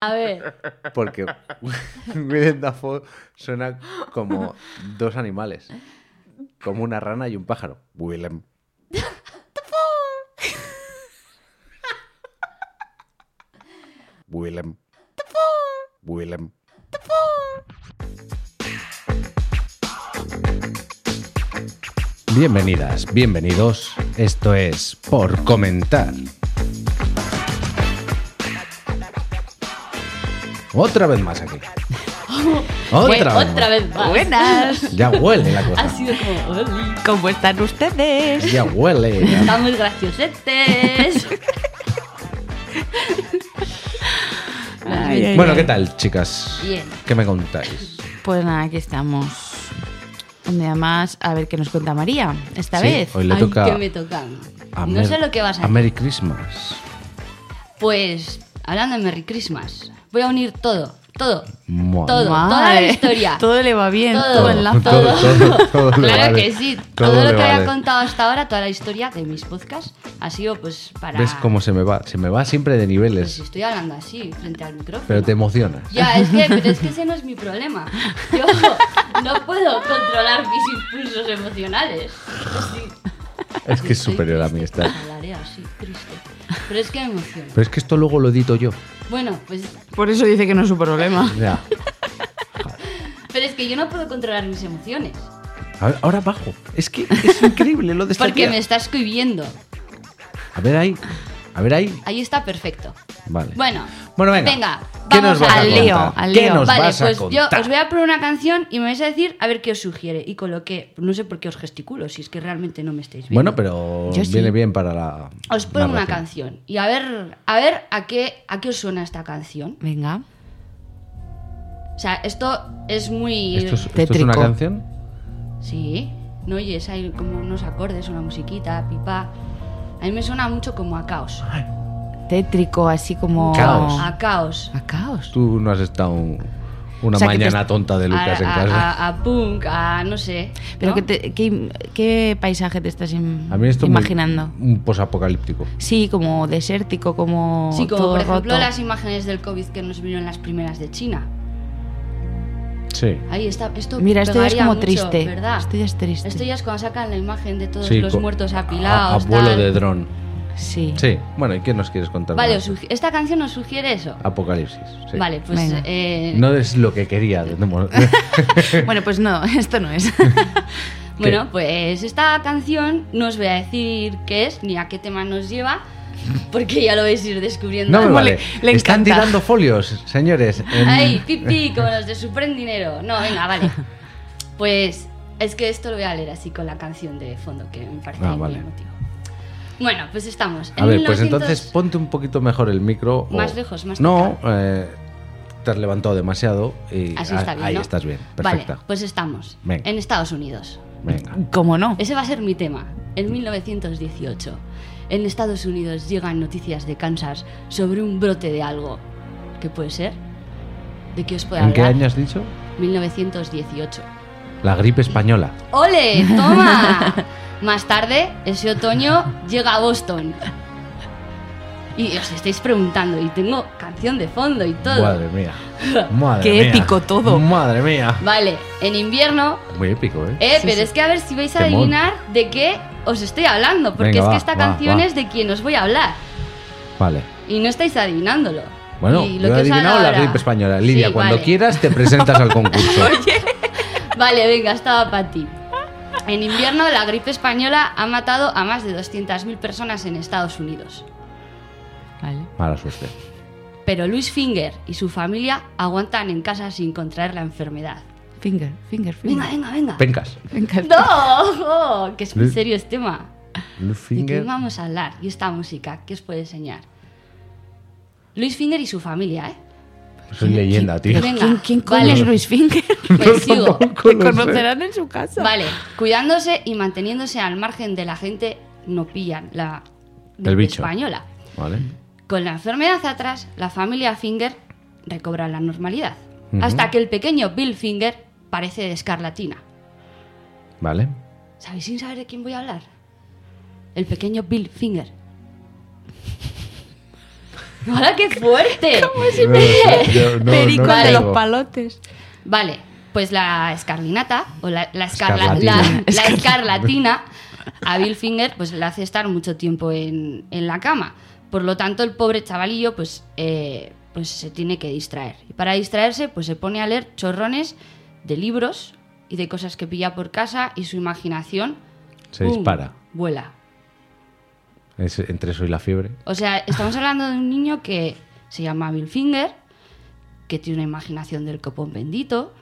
A ver, Porque Willem Dafoe suena como dos animales. Como una rana y un pájaro. Willem. Willem. Willem. Bienvenidas, bienvenidos. Esto es Por Comentar. Otra vez más aquí. Otra bueno, vez. otra más. vez más. Buenas. Ya huele la cosa. Ha sido como, "Oli, ¿Cómo están ustedes? Ya huele. estamos graciosetes. Ay, ay, Bueno, ay. ¿qué tal, chicas? Bien. ¿Qué me contáis? Pues nada, aquí estamos. Un día más, a ver qué nos cuenta María esta Sí, vez. hoy le Ay, toca que me tocan. a No Mer- sé lo que vas a a hacer. Merry Christmas. Pues, hablando de Merry Christmas, voy a unir todo, todo, todo, Madre. toda la Madre, historia. Todo le va bien, Todo. todo, enlaza. Todo. todo, todo le claro vale. que sí. Todo, lo Todo le que vale. había contado hasta ahora, toda la historia de mis podcasts, ha sido pues para... ¿Ves cómo se me va? Se me va siempre de Pues niveles, estoy hablando así, frente al micrófono. pero te emocionas. Ya, es que, pero es que ese no es mi problema. Yo no puedo controlar mis impulsos emocionales. Es que es Estoy superior a triste, mí esta. Hablaré así, triste. Pero es que me emociona. Pero es que esto luego lo edito yo. Bueno, pues. Por eso dice que no es su problema. Ya. Pero es que yo no puedo controlar mis emociones. A ver, ahora bajo. Es que es increíble lo de esta Porque tía. me está escribiendo. A ver ahí. A ver ahí. Ahí está perfecto. Vale. Bueno. Bueno, venga. Venga, ¿Qué vamos nos vas a al lío, contar? al ¿Qué lío. nos vale, vas a pues yo contar? os voy a poner una canción y me vais a decir a ver qué os sugiere. Y con lo que. No sé por qué os gesticulo, si es que realmente no me estáis viendo. Bueno, pero Yo sí. viene bien para la. Os pongo una narración. canción y a ver, a ver a qué a qué os suena esta canción. Venga. O sea, esto es muy ¿Esto es, esto es una Tétrico. canción? Sí, no oyes, hay como unos acordes, una musiquita, pipa. A mí me suena mucho como a caos. Tétrico, así como. Caos. A caos. A caos. Tú no has estado un- una O sea, que te mañana est- tonta de Lucas a, en a- casa. a- a punk, a no sé. Pero ¿no? ¿qué, te- qué- qué paisaje te estás im- A mí esto me- imaginando? Un posapocalíptico. Sí, como desértico, como. Sí, como todo por ejemplo roto. las imágenes del COVID que nos vieron las primeras de China. Sí. Ahí está, esto Mira, esto ya es pegaría como mucho, triste. ¿verdad? Esto ya es triste. Esto ya es cuando sacan la imagen de todos Sí, los co- muertos a- apilados. a vuelo tal. de dron. Sí. Sí. Bueno, ¿y qué nos quieres contar? Vale, más? os sugi- esta canción nos sugiere eso. Apocalipsis. Ah, sí. Vale, pues Venga. eh, No es lo que quería. de- Bueno, pues no, esto no es. bueno, pues esta canción no os voy a decir qué es ni a qué tema nos lleva, porque ya lo vais a ir descubriendo. No me Como vale. le- le Están encanta. tirando folios, señores. en- Ay, pipi, como los de Supren Dinero. No, venga, vale. Pues es que esto lo voy a leer así con la canción de fondo, que me parece Ah, muy vale. emotivo. Bueno, pues estamos. A en ver, pues 1900 entonces ponte un poquito mejor el micro. o- Más lejos, más No, eh, te has levantado demasiado y Así ah, está bien, ahí ¿no? estás bien. Vale, Perfecta. pues estamos. Venga. En Estados Unidos. Venga. ¿Cómo no? Ese va a ser mi tema. En 1918, en Estados Unidos llegan noticias de Kansas sobre un brote de algo. ¿Qué puede ser? ¿De qué os puede ¿En hablar? qué año has dicho? 1918. La gripe española. ¡Ole! ¡Toma! Más tarde, ese otoño, llega a Boston. Y os estáis preguntando, y tengo canción de fondo y todo. Madre mía. Madre Qué mía. épico todo. Madre mía. Vale, en invierno Muy épico, ¿eh? Eh, Sí, pero sí. es que a ver si vais a Temón. adivinar de qué os estoy hablando, porque Venga, es que va, esta va, canción va. es de quien os voy a hablar Vale. y no estáis adivinándolo. Bueno, Y que yo he os haga adivinado la ahora- gripe española. Sí, Lidia, cuando vale. quieras te presentas al concurso. Vale, venga, estaba para ti. En invierno, la gripe española ha matado a más de 200.000 personas en Estados Unidos. Vale. Mala suerte. Pero Luis Finger y su familia aguantan en casa sin contraer la enfermedad. Finger, finger, finger. Venga, venga, venga. Pencas. Venga. ¡No! ojo, que es muy Luis- serio este tema. ¿De qué Lufinger. vamos a hablar? Y esta música, ¿qué os puede enseñar? Luis Finger y su familia, ¿eh? Soy leyenda, tío. Venga, ¿Quién, quién coño vale. es Luis Finger? Pues sigo. Tampoco Te lo sé. conocerán en su casa. Vale, cuidándose y manteniéndose al margen de la gente, no pillan la gripe bicho. española. Vale. Con la enfermedad atrás, la familia Finger recobra la normalidad. Ujú. Hasta que el pequeño Bill Finger parece de escarlatina. Vale. ¿Sabéis sin saber de quién voy a hablar? El pequeño Bill Finger. ¡Hala, qué fuerte! No lo sé, yo no- Perico no de tengo. los palotes. Vale, pues la escarlinata o la, la, escarla- Escarlatina. la- la escarlatina a Bill Finger pues le hace estar mucho tiempo en, en la cama. Por lo tanto, el pobre chavalillo pues, eh, pues se tiene que distraer. Y para distraerse pues se pone a leer chorrones de libros y de cosas que pilla por casa y su imaginación Se ¡pum!, dispara. Vuela. Es entre eso y la fiebre. O sea, estamos hablando de un niño que se llama Bill Finger, que tiene una imaginación del copón bendito,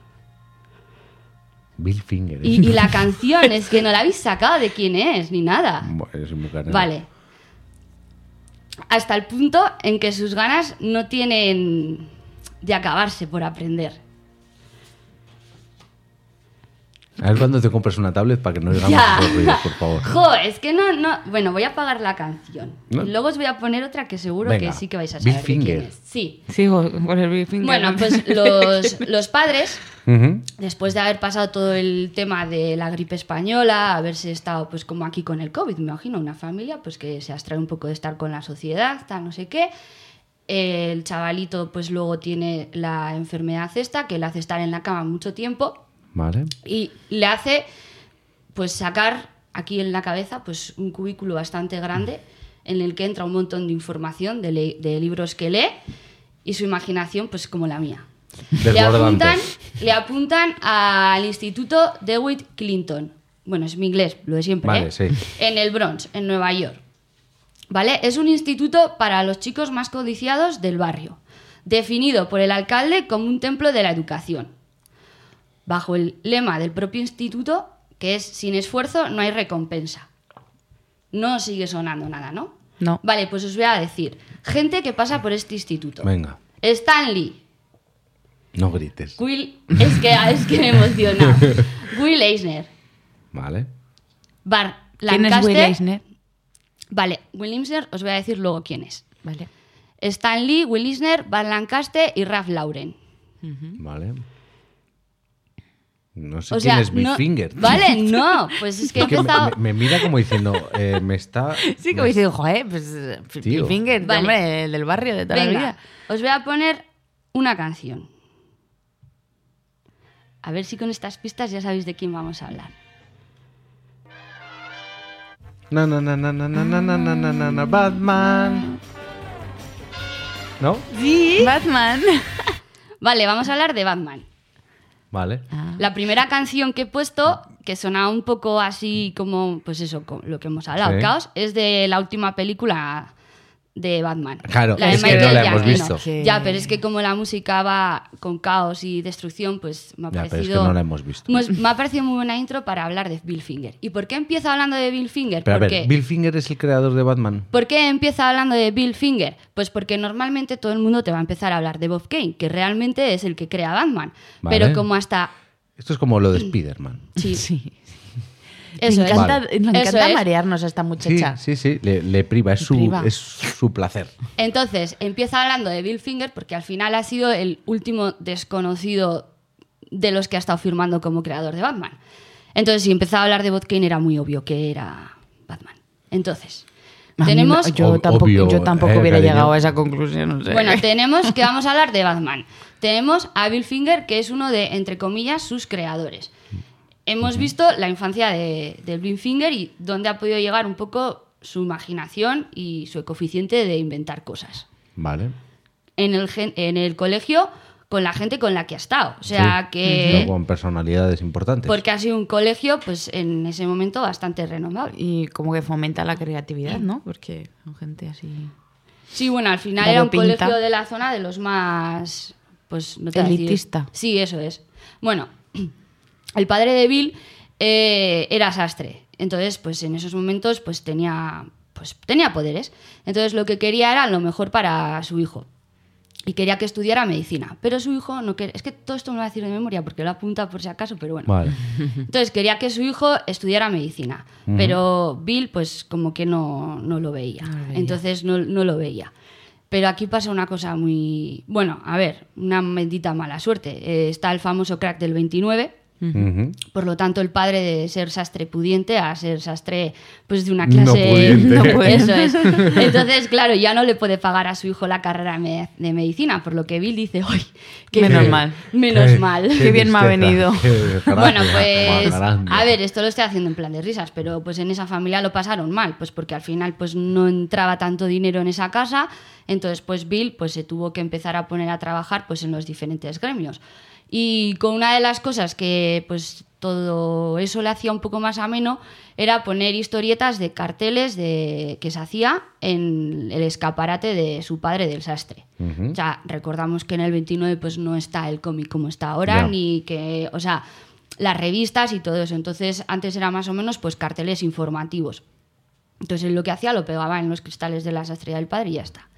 Bill Finger. ¿eh? Y, y la canción es que no la habéis sacado de quién es, ni nada. Bueno, es muy carnero. Vale. Hasta el punto en que sus ganas no tienen de acabarse por aprender. A ver cuándo te compras una tablet para que no digamos Ya. esos ruidos, por favor. Jo, es que no, no. Bueno, voy a apagar la canción. No. Y luego os voy a poner otra que seguro Venga. que sí que vais a Bill saber de quién Finger. es. Sí. Sigo con el briefing. Bueno, pues los, los padres Ujú. después de haber pasado todo el tema de la gripe española, haberse estado pues como aquí con el COVID, me imagino, una familia pues que se abstrae un poco de estar con la sociedad, tal no sé qué. El chavalito pues luego tiene la enfermedad esta que le hace estar en la cama mucho tiempo Vale. y le hace pues sacar aquí en la cabeza pues un cubículo bastante grande en el que entra un montón de información de, le- de libros que lee y su imaginación pues como la mía. Le Desbordante. apuntan, le apuntan al Instituto DeWitt Clinton. Bueno, es mi inglés, lo de siempre. Vale, ¿eh? sí. En el Bronx, en Nueva York. ¿Vale? Es un instituto para los chicos más codiciados del barrio, definido por el alcalde como un templo de la educación bajo el lema del propio instituto, que es sin esfuerzo no hay recompensa. No sigue sonando nada, ¿no? No. Vale, pues os voy a decir, gente que pasa por este instituto. Venga, Stanley, no grites. Will, es que, es que me emociona. Will Eisner, Vale. Bar ¿Quién es Will Lancaster. Eisner? Vale, Will Eisner, os voy a decir luego quién es. Vale. Stanley, Will Eisner, Bar Lancaster y Ralph Lauren. Vale. No sé O quién sea, es Bill no- Finger. tío. Vale, no, pues es que he Es que me- empezado... me, me mira como diciendo, eh, me está. Sí, que me- habéis dicho, joder, pues eh, Bill Tío. Finger, Vale. hombre, el del barrio de toda la Venga, vida. os voy a poner una canción. A ver si con estas pistas ya sabéis de quién vamos a hablar. Na, na, na, na, na, na, na, na, na, na, na, na, Batman. ¿No? Sí. Batman. Vale, vamos a hablar de Batman. Vale. La primera canción que he puesto, que sonaba un poco así como, pues eso, con lo que hemos hablado, Sí. caos, es de la última película de Batman. Claro, la de es que Michael no la hemos Giacchino. visto. Que- Ya, pero es que como la música va con caos y destrucción, pues me ha Ya, pero es que parecido. no la hemos visto. Pues me ha parecido muy buena intro para hablar de Bill Finger. ¿Y por qué empiezo hablando de Bill Finger? Pero a Porque- ver, Bill Finger es el creador de Batman. ¿Por qué empieza hablando de Bill Finger? Pues porque normalmente todo el mundo te va a empezar a hablar de Bob Kane, que realmente es el que crea Batman. Vale. Pero como hasta... Esto es como lo de Spider-Man. Sí, Sí. eso me es. encanta, Vale. me Eso encanta es. marearnos a esta Sí, muchacha. sí, sí, le, le priva, es su, Priva. es su placer. Entonces, empieza hablando de Bill Finger porque al final ha sido el último desconocido de los que ha estado firmando como creador de Batman. Entonces, si empezaba a hablar de Bob Kane era muy obvio que era Batman. Entonces, A mí no- tenemos... yo, Ob- tampoco, obvio, yo tampoco eh, hubiera cariño. llegado a esa conclusión. o sea. Bueno, tenemos que vamos a hablar de Batman. Tenemos a Bill Finger, que es uno de, entre comillas, sus creadores. Hemos visto la infancia de, de Bill Finger y dónde ha podido llegar un poco su imaginación y su coeficiente de inventar cosas. Vale. En el, gen- en el colegio, con la gente con la que ha estado. O sea Sí. que. No, con personalidades importantes. Porque ha sido un colegio, pues en ese momento, bastante renombrable. Y como que fomenta la creatividad, ¿no? Porque son gente así. Sí, bueno, al final Dado era un pinta. colegio de la zona de los más. Pues no te voy a decir- Elitista. Sí, eso es. Bueno, el padre de Bill eh, era sastre. Entonces, pues en esos momentos, pues tenía. Pues tenía poderes. Entonces lo que quería era lo mejor para su hijo. Y quería que estudiara medicina. Pero su hijo no quería. Es que todo esto me lo voy a decir de memoria porque lo apunta por si acaso, pero bueno. Vale. Mm. Entonces quería que su hijo estudiara medicina, pero Bill pues como que no, no lo veía, entonces no, no lo veía. Pero aquí pasa una cosa muy... Bueno, a ver, una maldita mala suerte. Eh, está el famoso crack del 29, Ujú. Por lo tanto, el padre de ser sastre pudiente a ser sastre pues de una No clase pudiente. No puede. pudiente. Eso es. Entonces, claro, ya no le puede pagar a su hijo la carrera me- de medicina, por lo que Bill dice, "Uy, qué Menos bien, mal. Menos Qué- mal." Qué bien me ha tristeza, venido. qué desgracia Bueno, más pues grande. a ver, esto lo estoy haciendo en plan de risas, pero pues en esa familia lo pasaron mal, pues porque al final pues no entraba tanto dinero en esa casa, entonces pues Bill pues se tuvo que empezar a poner a trabajar pues en los diferentes gremios. Y con una de las cosas que pues todo eso le hacía un poco más ameno era poner historietas de carteles de, que se hacía en el escaparate de su padre del sastre. Ujú. O sea, recordamos que en el 29 pues no está el cómic como está ahora, Ya. ni que, o sea, las revistas y todo eso. Entonces, antes era más o menos pues carteles informativos. Entonces, él lo que hacía lo pegaba en los cristales de la sastrería del padre y ya está.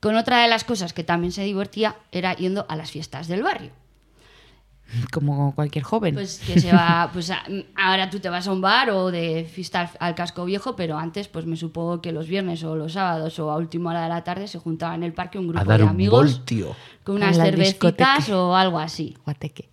Con otra de las cosas que también se divertía era yendo a las fiestas del barrio. Como cualquier joven. Pues que se va, pues a- ahora tú te vas a un bar o de fiesta al, al casco viejo, pero antes pues me supongo que los viernes o los sábados o a última hora de la tarde se juntaba en el parque un grupo A dar de un amigos voltio. con A unas la cervecitas discoteca. o algo así. Guateque.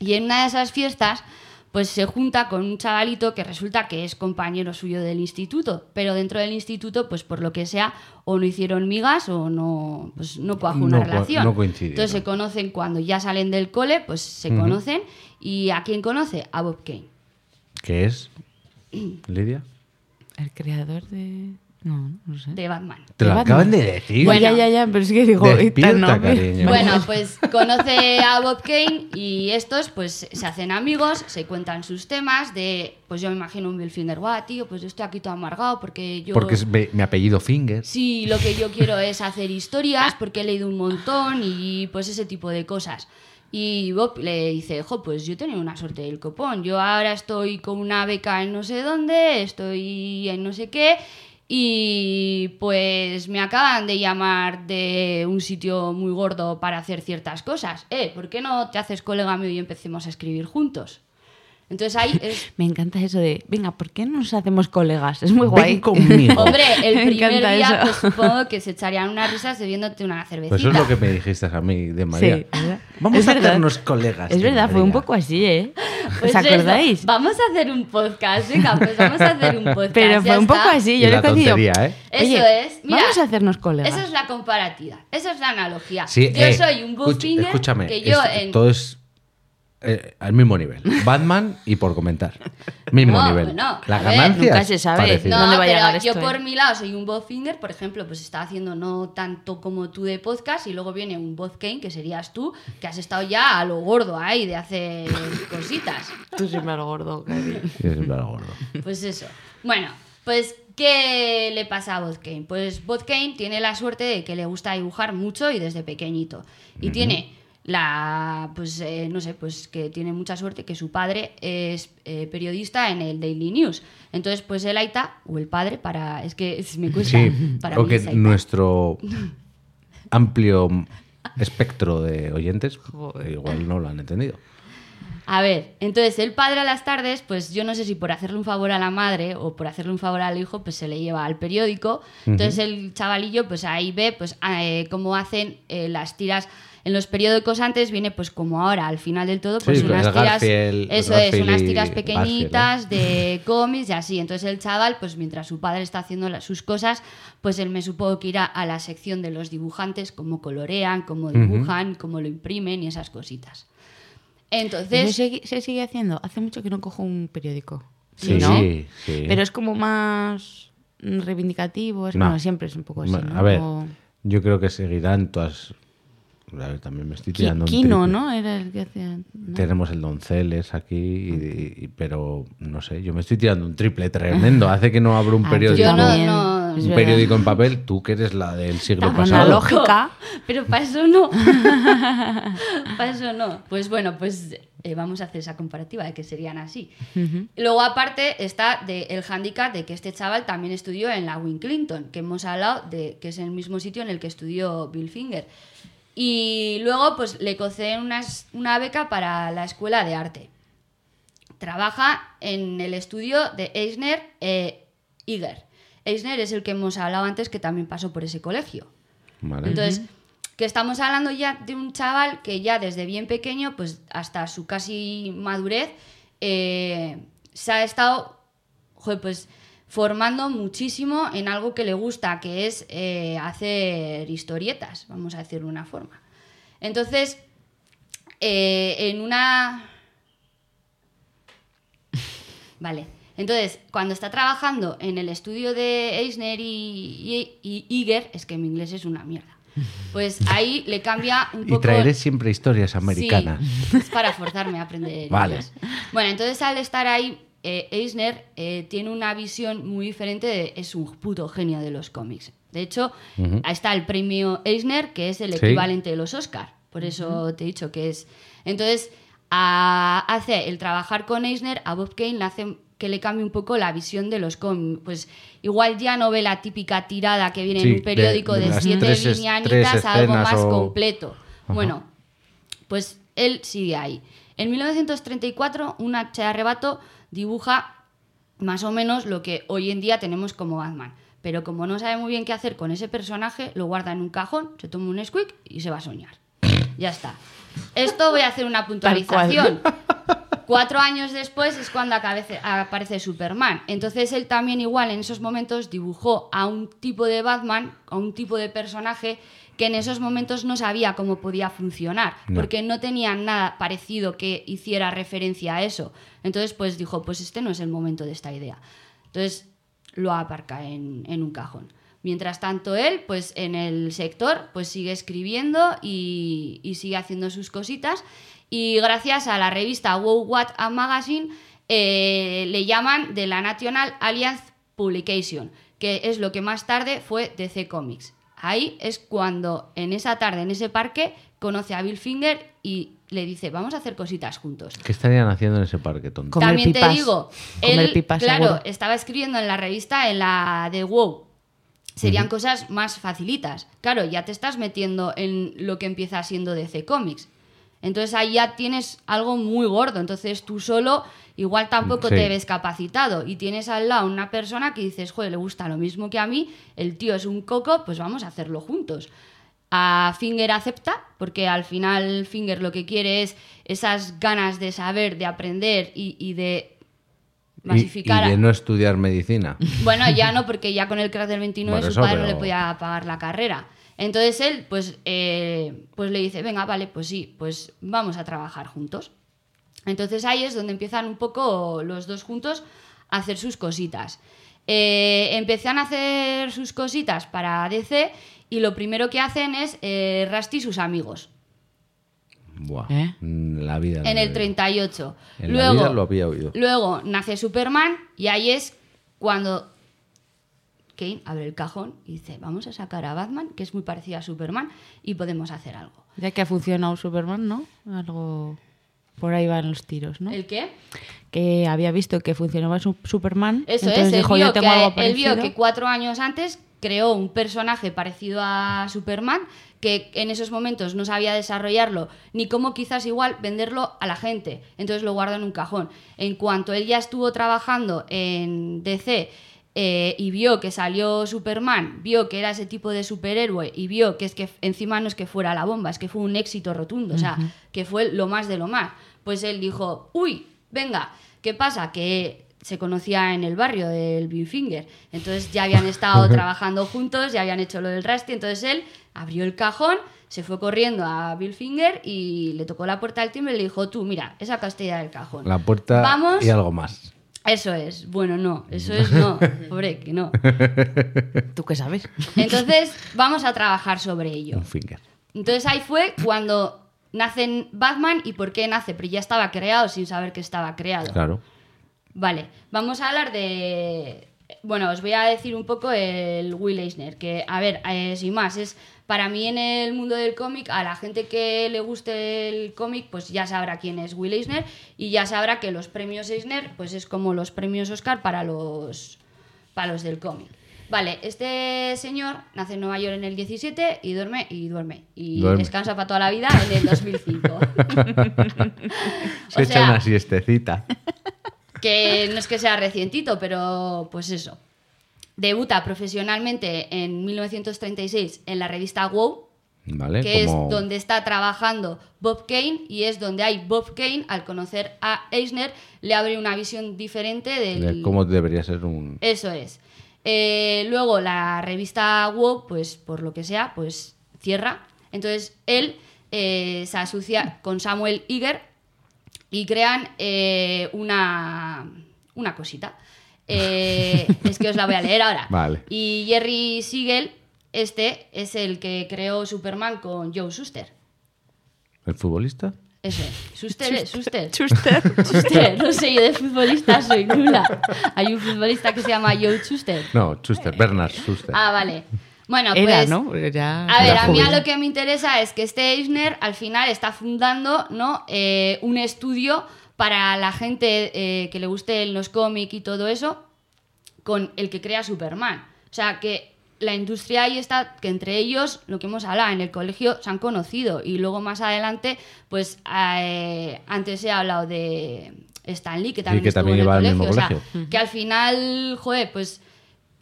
Y en una de esas fiestas, pues se junta con un chavalito que resulta que es compañero suyo del instituto, pero dentro del instituto, pues por lo que sea, o no hicieron migas o no, pues no cuajó una No cua- relación. no coincidieron. Entonces se conocen cuando ya salen del cole, pues se conocen. ¿Y a quién conoce? A Bob Kane. ¿Qué es? ¿Lidia? El creador de. No, no lo sé. De Batman. Te lo Batman. acaban de decir. Bueno, ya, ya, ya, pero es que digo, esta Despierta, no, me- cariño. Bueno, pues conoce a Bob Kane y estos pues se hacen amigos, se cuentan sus temas de, pues yo me imagino un Billfinger, guau, tío, pues yo estoy aquí todo amargado porque yo... Porque es mi, mi apellido Fingers. Sí, lo que yo quiero es hacer historias porque he leído un montón y pues ese tipo de cosas. Y Bob le dice, jo, pues yo tenía una suerte del copón. Yo ahora estoy con una beca en no sé dónde, estoy en no sé qué y pues me acaban de llamar de un sitio muy gordo para hacer ciertas cosas. Eh, ¿por qué no te haces colega mío y empecemos a escribir juntos? Entonces ahí es Me encanta eso de, venga, ¿por qué no nos hacemos colegas? Es muy guay. Ven conmigo. Hombre, el Me primer encanta día eso. pues, supongo que se echarían unas risas bebiéndote una cervecita. Pues eso es lo que me dijiste a mí de María. Sí, ¿verdad? Vamos Es a verdad. hacernos colegas. Es de verdad, fue un María. poco así, ¿eh? Pues ¿Os acordáis? eso, Vamos a hacer un podcast, venga, pues vamos a hacer un podcast. Pero ya fue un poco está. así, Y yo la le coincido. tontería, ¿eh? Eso Oye, es, mira, vamos a hacernos colegas. Esa es la comparativa, esa es la analogía. Sí, yo eh, soy un escucha- bufinger Escúchame, que yo es- en... todo es eh, al mismo nivel. Batman y por comentar. Mismo No, nivel. no, la a ver. ganancia Nunca es se sabe. parecida. No, ¿Dónde va a pero llegar esto, yo eh? por mi lado soy un botfinger, por ejemplo, pues está haciendo no tanto como tú de podcast y luego viene un botcane que serías tú, que has estado ya a lo gordo ahí de hacer cositas. Tú sí me lo gordo, Gaby. Es un palo gordo. Pues eso. Bueno, pues ¿qué le pasa a Bob Kane? Pues Bob Kane tiene la suerte de que le gusta dibujar mucho y desde pequeñito. Y tiene la, pues eh, no sé, pues que tiene mucha suerte que su padre es eh, periodista en el Daily News. Entonces, pues el Aita, o el padre, para, es que es- me cuesta, Sí, para creo mí que es Aita. nuestro amplio espectro de oyentes pues, Joder. igual no lo han entendido. A ver, entonces el padre a las tardes, pues yo no sé si por hacerle un favor a la madre o por hacerle un favor al hijo, pues se le lleva al periódico. Entonces el chavalillo, pues ahí ve pues a- eh, cómo hacen eh, las tiras. En los periódicos antes viene pues como ahora, al final del todo, pues Sí, con unas el tiras, Garfield- eso es, Garfield unas y tiras Garfield, ¿eh? pequeñitas de cómics y así. Entonces el chaval, pues mientras su padre está haciendo las- sus cosas, pues él me supongo que irá a la sección de los dibujantes, cómo colorean, cómo dibujan, cómo lo imprimen y esas cositas. Entonces, Eso se, se sigue haciendo. Hace mucho que no cojo un periódico. Sí, ¿no? sí, sí. Pero es como más mm, reivindicativo. Es, No. Bueno, siempre es un poco así. Bueno, ¿no? A ver, Como- yo creo que seguirán todas. A ver, también me estoy Qui- tirando. un Kino, triple. ¿no? Era el que hacía. Mm. ¿no? Tenemos el Donceles aquí, y- y- pero no sé, yo me estoy tirando un triple tremendo. Hace que no abro un Ah, periódico, Yo no- también. no- Es un verdad. periódico en papel, tú que eres la del siglo Tan pasado. analógico. lógica. Pero para eso no. para eso no. Pues bueno, pues eh, vamos a hacer esa comparativa de que serían así. Luego, aparte, está de- el hándicap de que este chaval también estudió en la Win Clinton, que hemos hablado de que es el mismo sitio en el que estudió Bill Finger. Y luego, pues le conceden unas- una beca para la escuela de arte. Trabaja en el estudio de Eisner eh, Iger. Eisner es el que hemos hablado antes que también pasó por ese colegio. Vale. Entonces, que estamos hablando ya de un chaval que ya desde bien pequeño, pues hasta su casi madurez, eh, se ha estado joder, pues, formando muchísimo en algo que le gusta, que es eh, hacer historietas, vamos a decirlo de una forma. Entonces, eh, en una... Vale. Entonces, cuando está trabajando en el estudio de Eisner y, y, y Iger, es que mi inglés es una mierda. Pues ahí le cambia un poco. Y traeré siempre historias americanas. Sí, es para forzarme a aprender. Vale. inglés. Bueno, entonces al estar ahí, eh, Eisner eh, tiene una visión muy diferente. de- es un puto genio de los cómics. De hecho, ahí está el premio Eisner, que es el Sí. equivalente de los Oscar. Por eso te he dicho que es. Entonces, a- hace el trabajar con Eisner a Bob Kane le hace que le cambie un poco la visión de los cómics. Pues igual ya no ve la típica tirada que viene Sí, en un periódico de- de, de las siete tres es- lineanitas tres a algo escenas más o- completo. Ajá. Bueno, pues él sigue ahí. En 1934, un H de arrebato dibuja más o menos lo que hoy en día tenemos como Batman. Pero como no sabe muy bien qué hacer con ese personaje, lo guarda en un cajón, se toma un squeak y se va a soñar. Ya está. Esto voy a hacer una Tal cual. puntualización. Cuatro años después es cuando acabece- aparece Superman. Entonces él también igual en esos momentos dibujó a un tipo de Batman, a un tipo de personaje que en esos momentos no sabía cómo podía funcionar, No. porque no tenía nada parecido que hiciera referencia a eso. Entonces pues dijo, pues este no es el momento de esta idea. Entonces lo aparca en, en un cajón. Mientras tanto él, pues en el sector, pues sigue escribiendo y, y sigue haciendo sus cositas. Y gracias a la revista Wow What a Magazine eh, le llaman de la National Alliance Publication, que es lo que más tarde fue DC Comics. Ahí es cuando en esa tarde, en ese parque, conoce a Bill Finger y le dice, vamos a hacer cositas juntos. ¿Qué estarían haciendo en ese parque, tonto? Comer También te pipas. digo, Comer él, pipas, claro, seguro. estaba escribiendo en la revista, en la de WoW. Serían cosas más facilitas. Claro, ya te estás metiendo en lo que empieza siendo DC Comics. Entonces ahí ya tienes algo muy gordo. Entonces tú solo igual tampoco Sí. te ves capacitado. Y tienes al lado una persona que dices, joder, le gusta lo mismo que a mí, el tío es un coco, pues vamos a hacerlo juntos. A Finger acepta, porque al final Finger lo que quiere es esas ganas de saber, de aprender y, y de Y, masificar. y de no estudiar medicina. Bueno, ya no, porque ya con el crash del 29 Bueno, su eso, padre no pero- le podía pagar la carrera. Entonces él, pues, eh, pues le dice, venga, vale, pues sí, pues vamos a trabajar juntos. Entonces ahí es donde empiezan un poco los dos juntos a hacer sus cositas. Eh, empiezan a hacer sus cositas para DC y lo primero que hacen es eh, Rusty y sus amigos Buah. mm, ¿Eh? La vida. en lo el veo. 38. En la luego, vida lo había oído. Luego nace Superman y ahí es cuando Kane abre el cajón y dice, vamos a sacar a Batman, que es muy parecido a Superman, y podemos hacer algo. Ya que ha funcionado Superman, ¿no? Algo. Por ahí van los tiros, ¿no? ¿El qué? Que había visto que funcionaba su- Superman. Eso entonces es, él dijo, vio yo tengo que- algo él vio parecido. que cuatro años antes creó un personaje parecido a Superman que en esos momentos no sabía desarrollarlo ni cómo quizás igual venderlo a la gente. Entonces lo guardó en un cajón. En cuanto él ya estuvo trabajando en DC eh, y vio que salió Superman, vio que era ese tipo de superhéroe y vio que es que encima no es que fuera la bomba, es que fue un éxito rotundo, o sea, que fue lo más de lo más. Pues él dijo, uy, venga, ¿qué pasa? Que se conocía en el barrio del Bill Finger. Entonces ya habían estado trabajando juntos, ya habían hecho lo del Rusty. Entonces él abrió el cajón, se fue corriendo a Bill Finger y le tocó la puerta del timbre y le dijo, tú, mira, esa castilla del cajón. La puerta Vamos. y algo más. Eso es. Bueno, no. Eso es no. Pobre, que no. ¿Tú qué sabes? Entonces vamos a trabajar sobre ello. Un finger. Entonces ahí fue cuando nacen Batman y por qué nace. Pero ya estaba creado sin saber que estaba creado. Claro. Vale, vamos a hablar de. Bueno, os voy a decir un poco el Will Eisner, que, a ver, eh, sin más, es para mí en el mundo del cómic, a la gente que le guste el cómic, pues ya sabrá quién es Will Eisner y ya sabrá que los premios Eisner, pues es como los premios Oscar para los, para los del cómic. Vale, este señor nace en Nueva York en el 17 y duerme y duerme y Duerme. descansa para toda la vida en el 2005. Se O echa sea, una siestecita. que no es que sea recientito, pero pues eso. Debuta profesionalmente en 1936 en la revista WoW, ¿Vale? que Eh, Como- es donde está trabajando Bob Kane y es donde hay Bob Kane al conocer a Eisner le abre una visión diferente del de cómo debería ser un... eso es Eh, luego la revista WoW pues por lo que sea pues cierra entonces él eh, se asocia con Samuel Iger y crean eh, una una cosita Eh, es que os la voy a leer ahora Vale. y Jerry Siegel este es el que creó Superman con Joe Shuster ¿El futbolista? eso es. Shuster, es, Shuster. Chuster. Schuster, no sé, yo de futbolista soy nula. Hay un futbolista que se llama Joe Schuster. No, Schuster, Bernard Schuster. Eh, Ah, vale. Bueno, pues. Era, ¿no? Porque ya- A ver, Era a mí a joven. lo que me interesa es que este Eisner al final está fundando ¿no? Eh, un estudio para la gente eh, que le guste los cómics y todo eso con el que crea Superman. O sea, que la industria ahí está, que entre ellos, lo que hemos hablado, en el colegio se han conocido y luego más adelante, pues eh, antes he hablado de Stan Lee, que también, que estuvo también en el iba al colegio. mismo o sea, colegio. que al final, joder, pues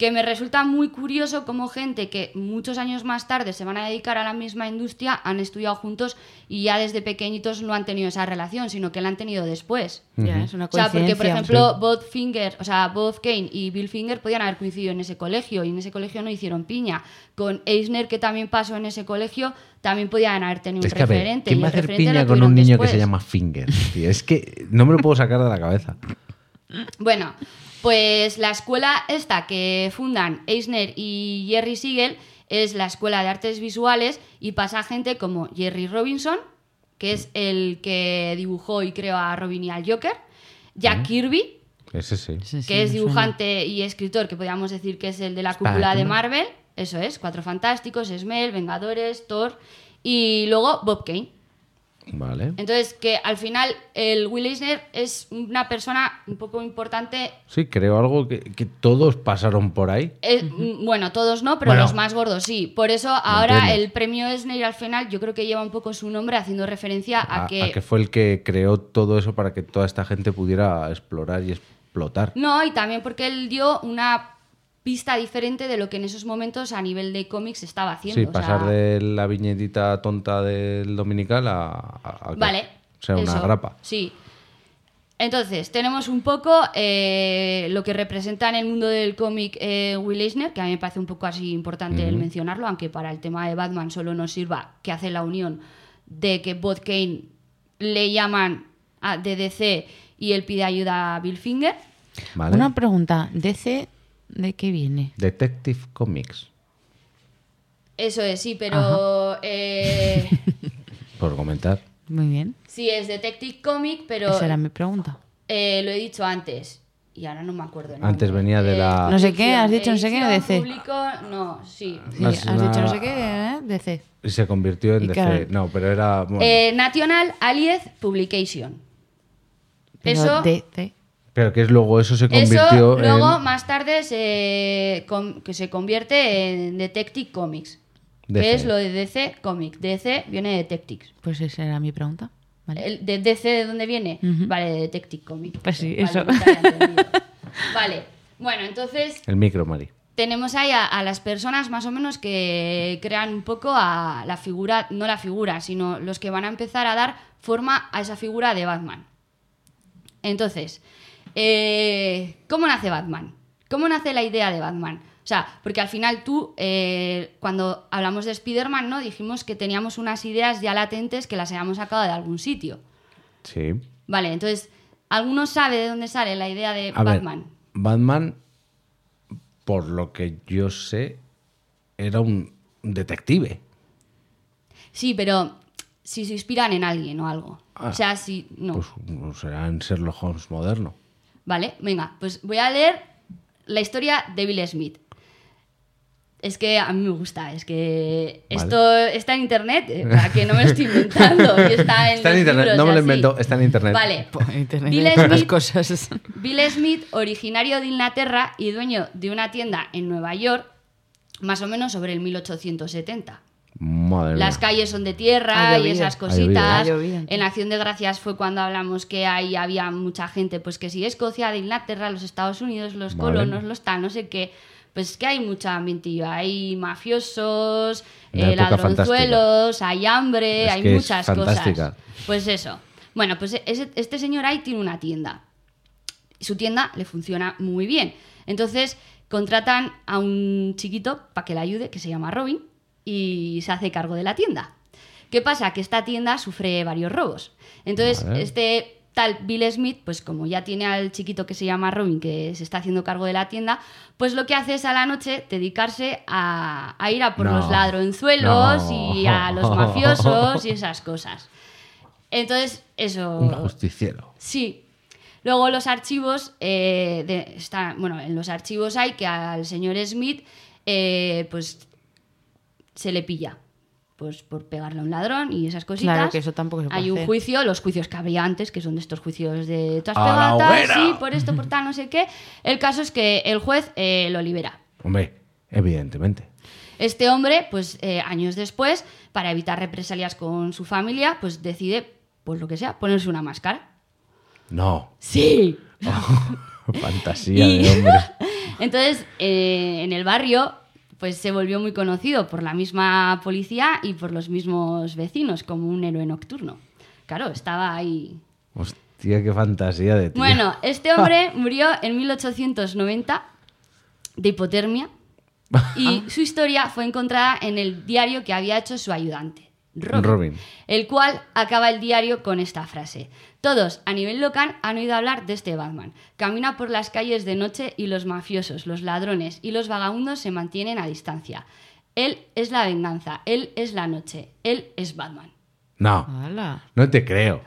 que me resulta muy curioso cómo gente que muchos años más tarde se van a dedicar a la misma industria han estudiado juntos y ya desde pequeñitos no han tenido esa relación, sino que la han tenido después. Ya, es una O sea, porque por coincidencia. ejemplo, Bob Finger, o sea, Bob Kane y Bill Finger podían haber coincidido en ese colegio y en ese colegio no hicieron piña. Con Eisner, que también pasó en ese colegio, también podían haber tenido es un que a ver, referente. y ¿quién va a el hacer referente piña lo con tuvieron un niño que después. se llama Finger? tío? Es que no me lo puedo sacar de la cabeza. Bueno, pues la escuela esta que fundan Eisner y Jerry Siegel es la escuela de artes visuales y pasa gente como Jerry Robinson, que es el que dibujó y creó a Robin y al Joker, Jack Kirby, Ese sí. Sí, sí, que es me suena. dibujante y escritor, que podríamos decir que es el de la cúpula de Marvel, eso es, Cuatro Fantásticos, Smell, Vengadores, Thor, y luego Bob Kane. Vale. Entonces, que al final el Will Eisner es una persona un poco importante Sí, creo algo que, que todos pasaron por ahí. Eh, mm, bueno, todos no, pero Bueno. los más gordos sí. Por eso ahora entiendes. el premio Esner al final yo creo que lleva un poco su nombre haciendo referencia a, A, que... a que fue el que creó todo eso para que toda esta gente pudiera explorar y explotar. No, y también porque él dio una pista diferente de lo que en esos momentos a nivel de cómics estaba haciendo. Sí, o pasar sea, de la viñetita tonta del dominical a, a- a que Vale. sea una eso, grapa. Sí. Entonces, tenemos un poco eh, lo que representa en el mundo del cómic eh, Will Eisner, que a mí me parece un poco así importante el mencionarlo, aunque para el tema de Batman solo nos sirva que hace la unión de que Bob Kane le llaman a DDC y él pide ayuda a Bill Finger. ¿Vale? Una pregunta. ¿DC de qué viene? Detective Comics, Eso es, sí, pero eh, por comentar. Muy bien. sí es Detective Comic, pero Esa era mi pregunta. Eh, lo he dicho antes. Y ahora no me acuerdo. el Antes nombre. Eh, venía de la- No sé qué, has dicho no sé edición, qué, DC. público, no, sí. Sí, Una- has dicho no sé qué, ¿eh? DC. Y se convirtió en Y DC. claro. No, pero era. bueno, Eh, National Allied Publication. Pero Eso- DC. pero que es luego eso se convirtió Eso en. luego más tarde se, com- que se convierte en Detective Comics. DC. Que es lo de DC Comics. DC viene de Detectives. Pues esa era mi pregunta. ¿Vale? El- ¿De DC de dónde viene? Ujú. Vale, de Detective Comics. Pues sí, Vale, eso. nunca había entendido. vale, bueno, entonces El micro, Mari. tenemos ahí a, a las personas más o menos que crean un poco a la figura, no la figura, sino los que van a empezar a dar forma a esa figura de Batman. Entonces, eh, ¿cómo nace Batman? ¿Cómo nace la idea de Batman? O sea, porque al final tú, eh, cuando hablamos de Spider-Man, ¿no? dijimos que teníamos unas ideas ya latentes que las habíamos sacado de algún sitio. Sí. Vale, entonces, ¿alguno sabe de dónde sale la idea de A Batman? ver, Batman, por lo que yo sé, era un detective. Sí, pero si se inspiran en alguien o algo. Ah. O sea, si. No. Pues o será en Sherlock Holmes moderno. Vale, venga, pues voy a leer la historia de Bill Smith. Es que a mí me gusta, es que Vale. esto está en internet, eh, o sea, que no me lo estoy inventando. y está en, Está en los internet, libros no y me lo así. invento, está en internet. Vale. Por Pues internet Bill hay tantas Smith- cosas. Bill Smith, originario de Inglaterra y dueño de una tienda en Nueva York, más o menos sobre el 1870. Madre Las mía. calles son de tierra Ha y llovido. esas Ha cositas. llovido. Ha llovido. En la acción de gracias fue cuando hablamos que ahí había mucha gente, pues que sí, de Escocia, de Inglaterra, los Estados Unidos, los Vale. colonos, los tal, no sé qué. pues que hay mucha mentira. Hay mafiosos, Una eh, época ladronzuelos, hay hambre, Es hay que es muchas fantástica. cosas. Pues eso. Bueno, pues ese- este señor ahí tiene una tienda. Y su tienda le funciona muy bien. Entonces contratan a un chiquito para que le ayude, que se llama Robin, y se hace cargo de la tienda. ¿Qué pasa? Que esta tienda sufre varios robos. Entonces, Vale. este tal Bill Smith, pues como ya tiene al chiquito que se llama Robin, que se está haciendo cargo de la tienda, pues lo que hace es a la noche dedicarse a, a ir a por No. los ladronzuelos No. y a los mafiosos y esas cosas. Entonces, eso... Un justiciero. Sí. Luego los archivos, eh, de- está- bueno, en los archivos hay que al señor Smith, eh, pues se le pilla, pues por pegarle a un ladrón y esas cositas. Claro, que eso tampoco se puede Hay un hacer. juicio, los juicios que habría antes, que son de estos juicios de tú has ¡A la pegado tal, hoguera! sí, por esto, por tal, no sé qué. El caso es que el juez eh, lo libera. Hombre, evidentemente. Este hombre, pues eh, años después, para evitar represalias con su familia, pues decide, pues lo que sea, ponerse una máscara. No. Sí, Fantasía Y- de hombre. Entonces, eh, en el barrio, pues se volvió muy conocido por la misma policía y por los mismos vecinos, como un héroe nocturno. Claro, estaba ahí. Hostia, qué fantasía de tío. Bueno, este hombre murió en 1890 de hipotermia y su historia fue encontrada en el diario que había hecho su ayudante, Robin, Robin. el cual acaba el diario con esta frase. Todos, a nivel local, han oído hablar de este Batman. Camina por las calles de noche y los mafiosos, los ladrones y los vagabundos se mantienen a distancia. Él es la venganza, él es la noche, él es Batman. No, Ala. no te creo.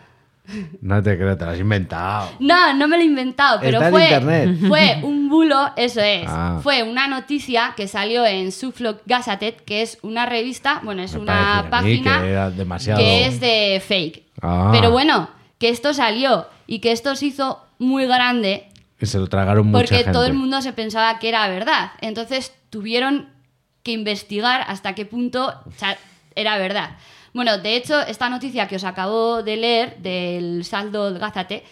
No te creo, te lo has inventado. No, no me lo he inventado, pero Está en fue, internet. fue un bulo, eso es. Ah. Fue una noticia que salió en Suffolk Gazette, que es una revista, bueno, es Me una parece a mí página que era demasiado- que es de fake. Ah. Pero bueno, que esto salió y que esto se hizo muy grande Que se lo tragaron mucha porque gente. todo el mundo se pensaba que era verdad. Entonces tuvieron que investigar hasta qué punto o sea, era verdad. Bueno, de hecho, esta noticia que os acabo de leer del saldo Gázate,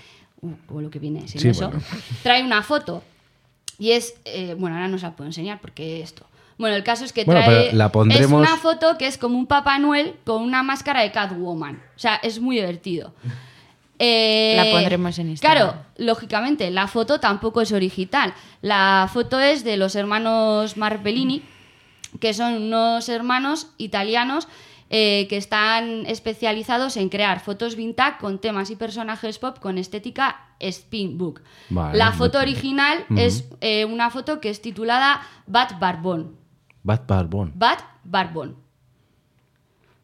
uh, como lo que viene sin Sí, eso, bueno. trae una foto. Y es, eh, bueno, ahora no os la puedo enseñar porque esto. Bueno, el caso es que Bueno, trae pero la pondremos- es una foto que es como un Papá Noel con una máscara de Catwoman. O sea, es muy divertido. Eh, La pondremos en Instagram. Claro, lógicamente, la foto tampoco es original. La foto es de los hermanos Marpellini, que son unos hermanos italianos eh, que están especializados en crear fotos vintage con temas y personajes pop con estética spin book. Vale, la muy foto bien. original Ujú. es eh, una foto que es titulada Bat Barbón. Bad Barbón. Bat Barbón.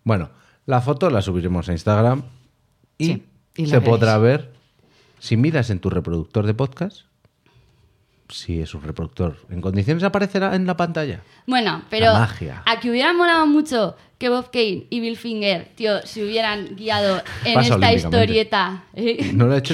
Bueno, la foto la subiremos a Instagram y, Sí, y la se podrá veréis. ver. Si miras en tu reproductor de podcast, si es un reproductor en condiciones, aparecerá en la pantalla. Bueno, pero La magia. a que hubiera molado mucho que Bob Kane y Bill Finger, tío, se hubieran guiado en esta Pasa olímpicamente. historieta. ¿eh? No le ha hecho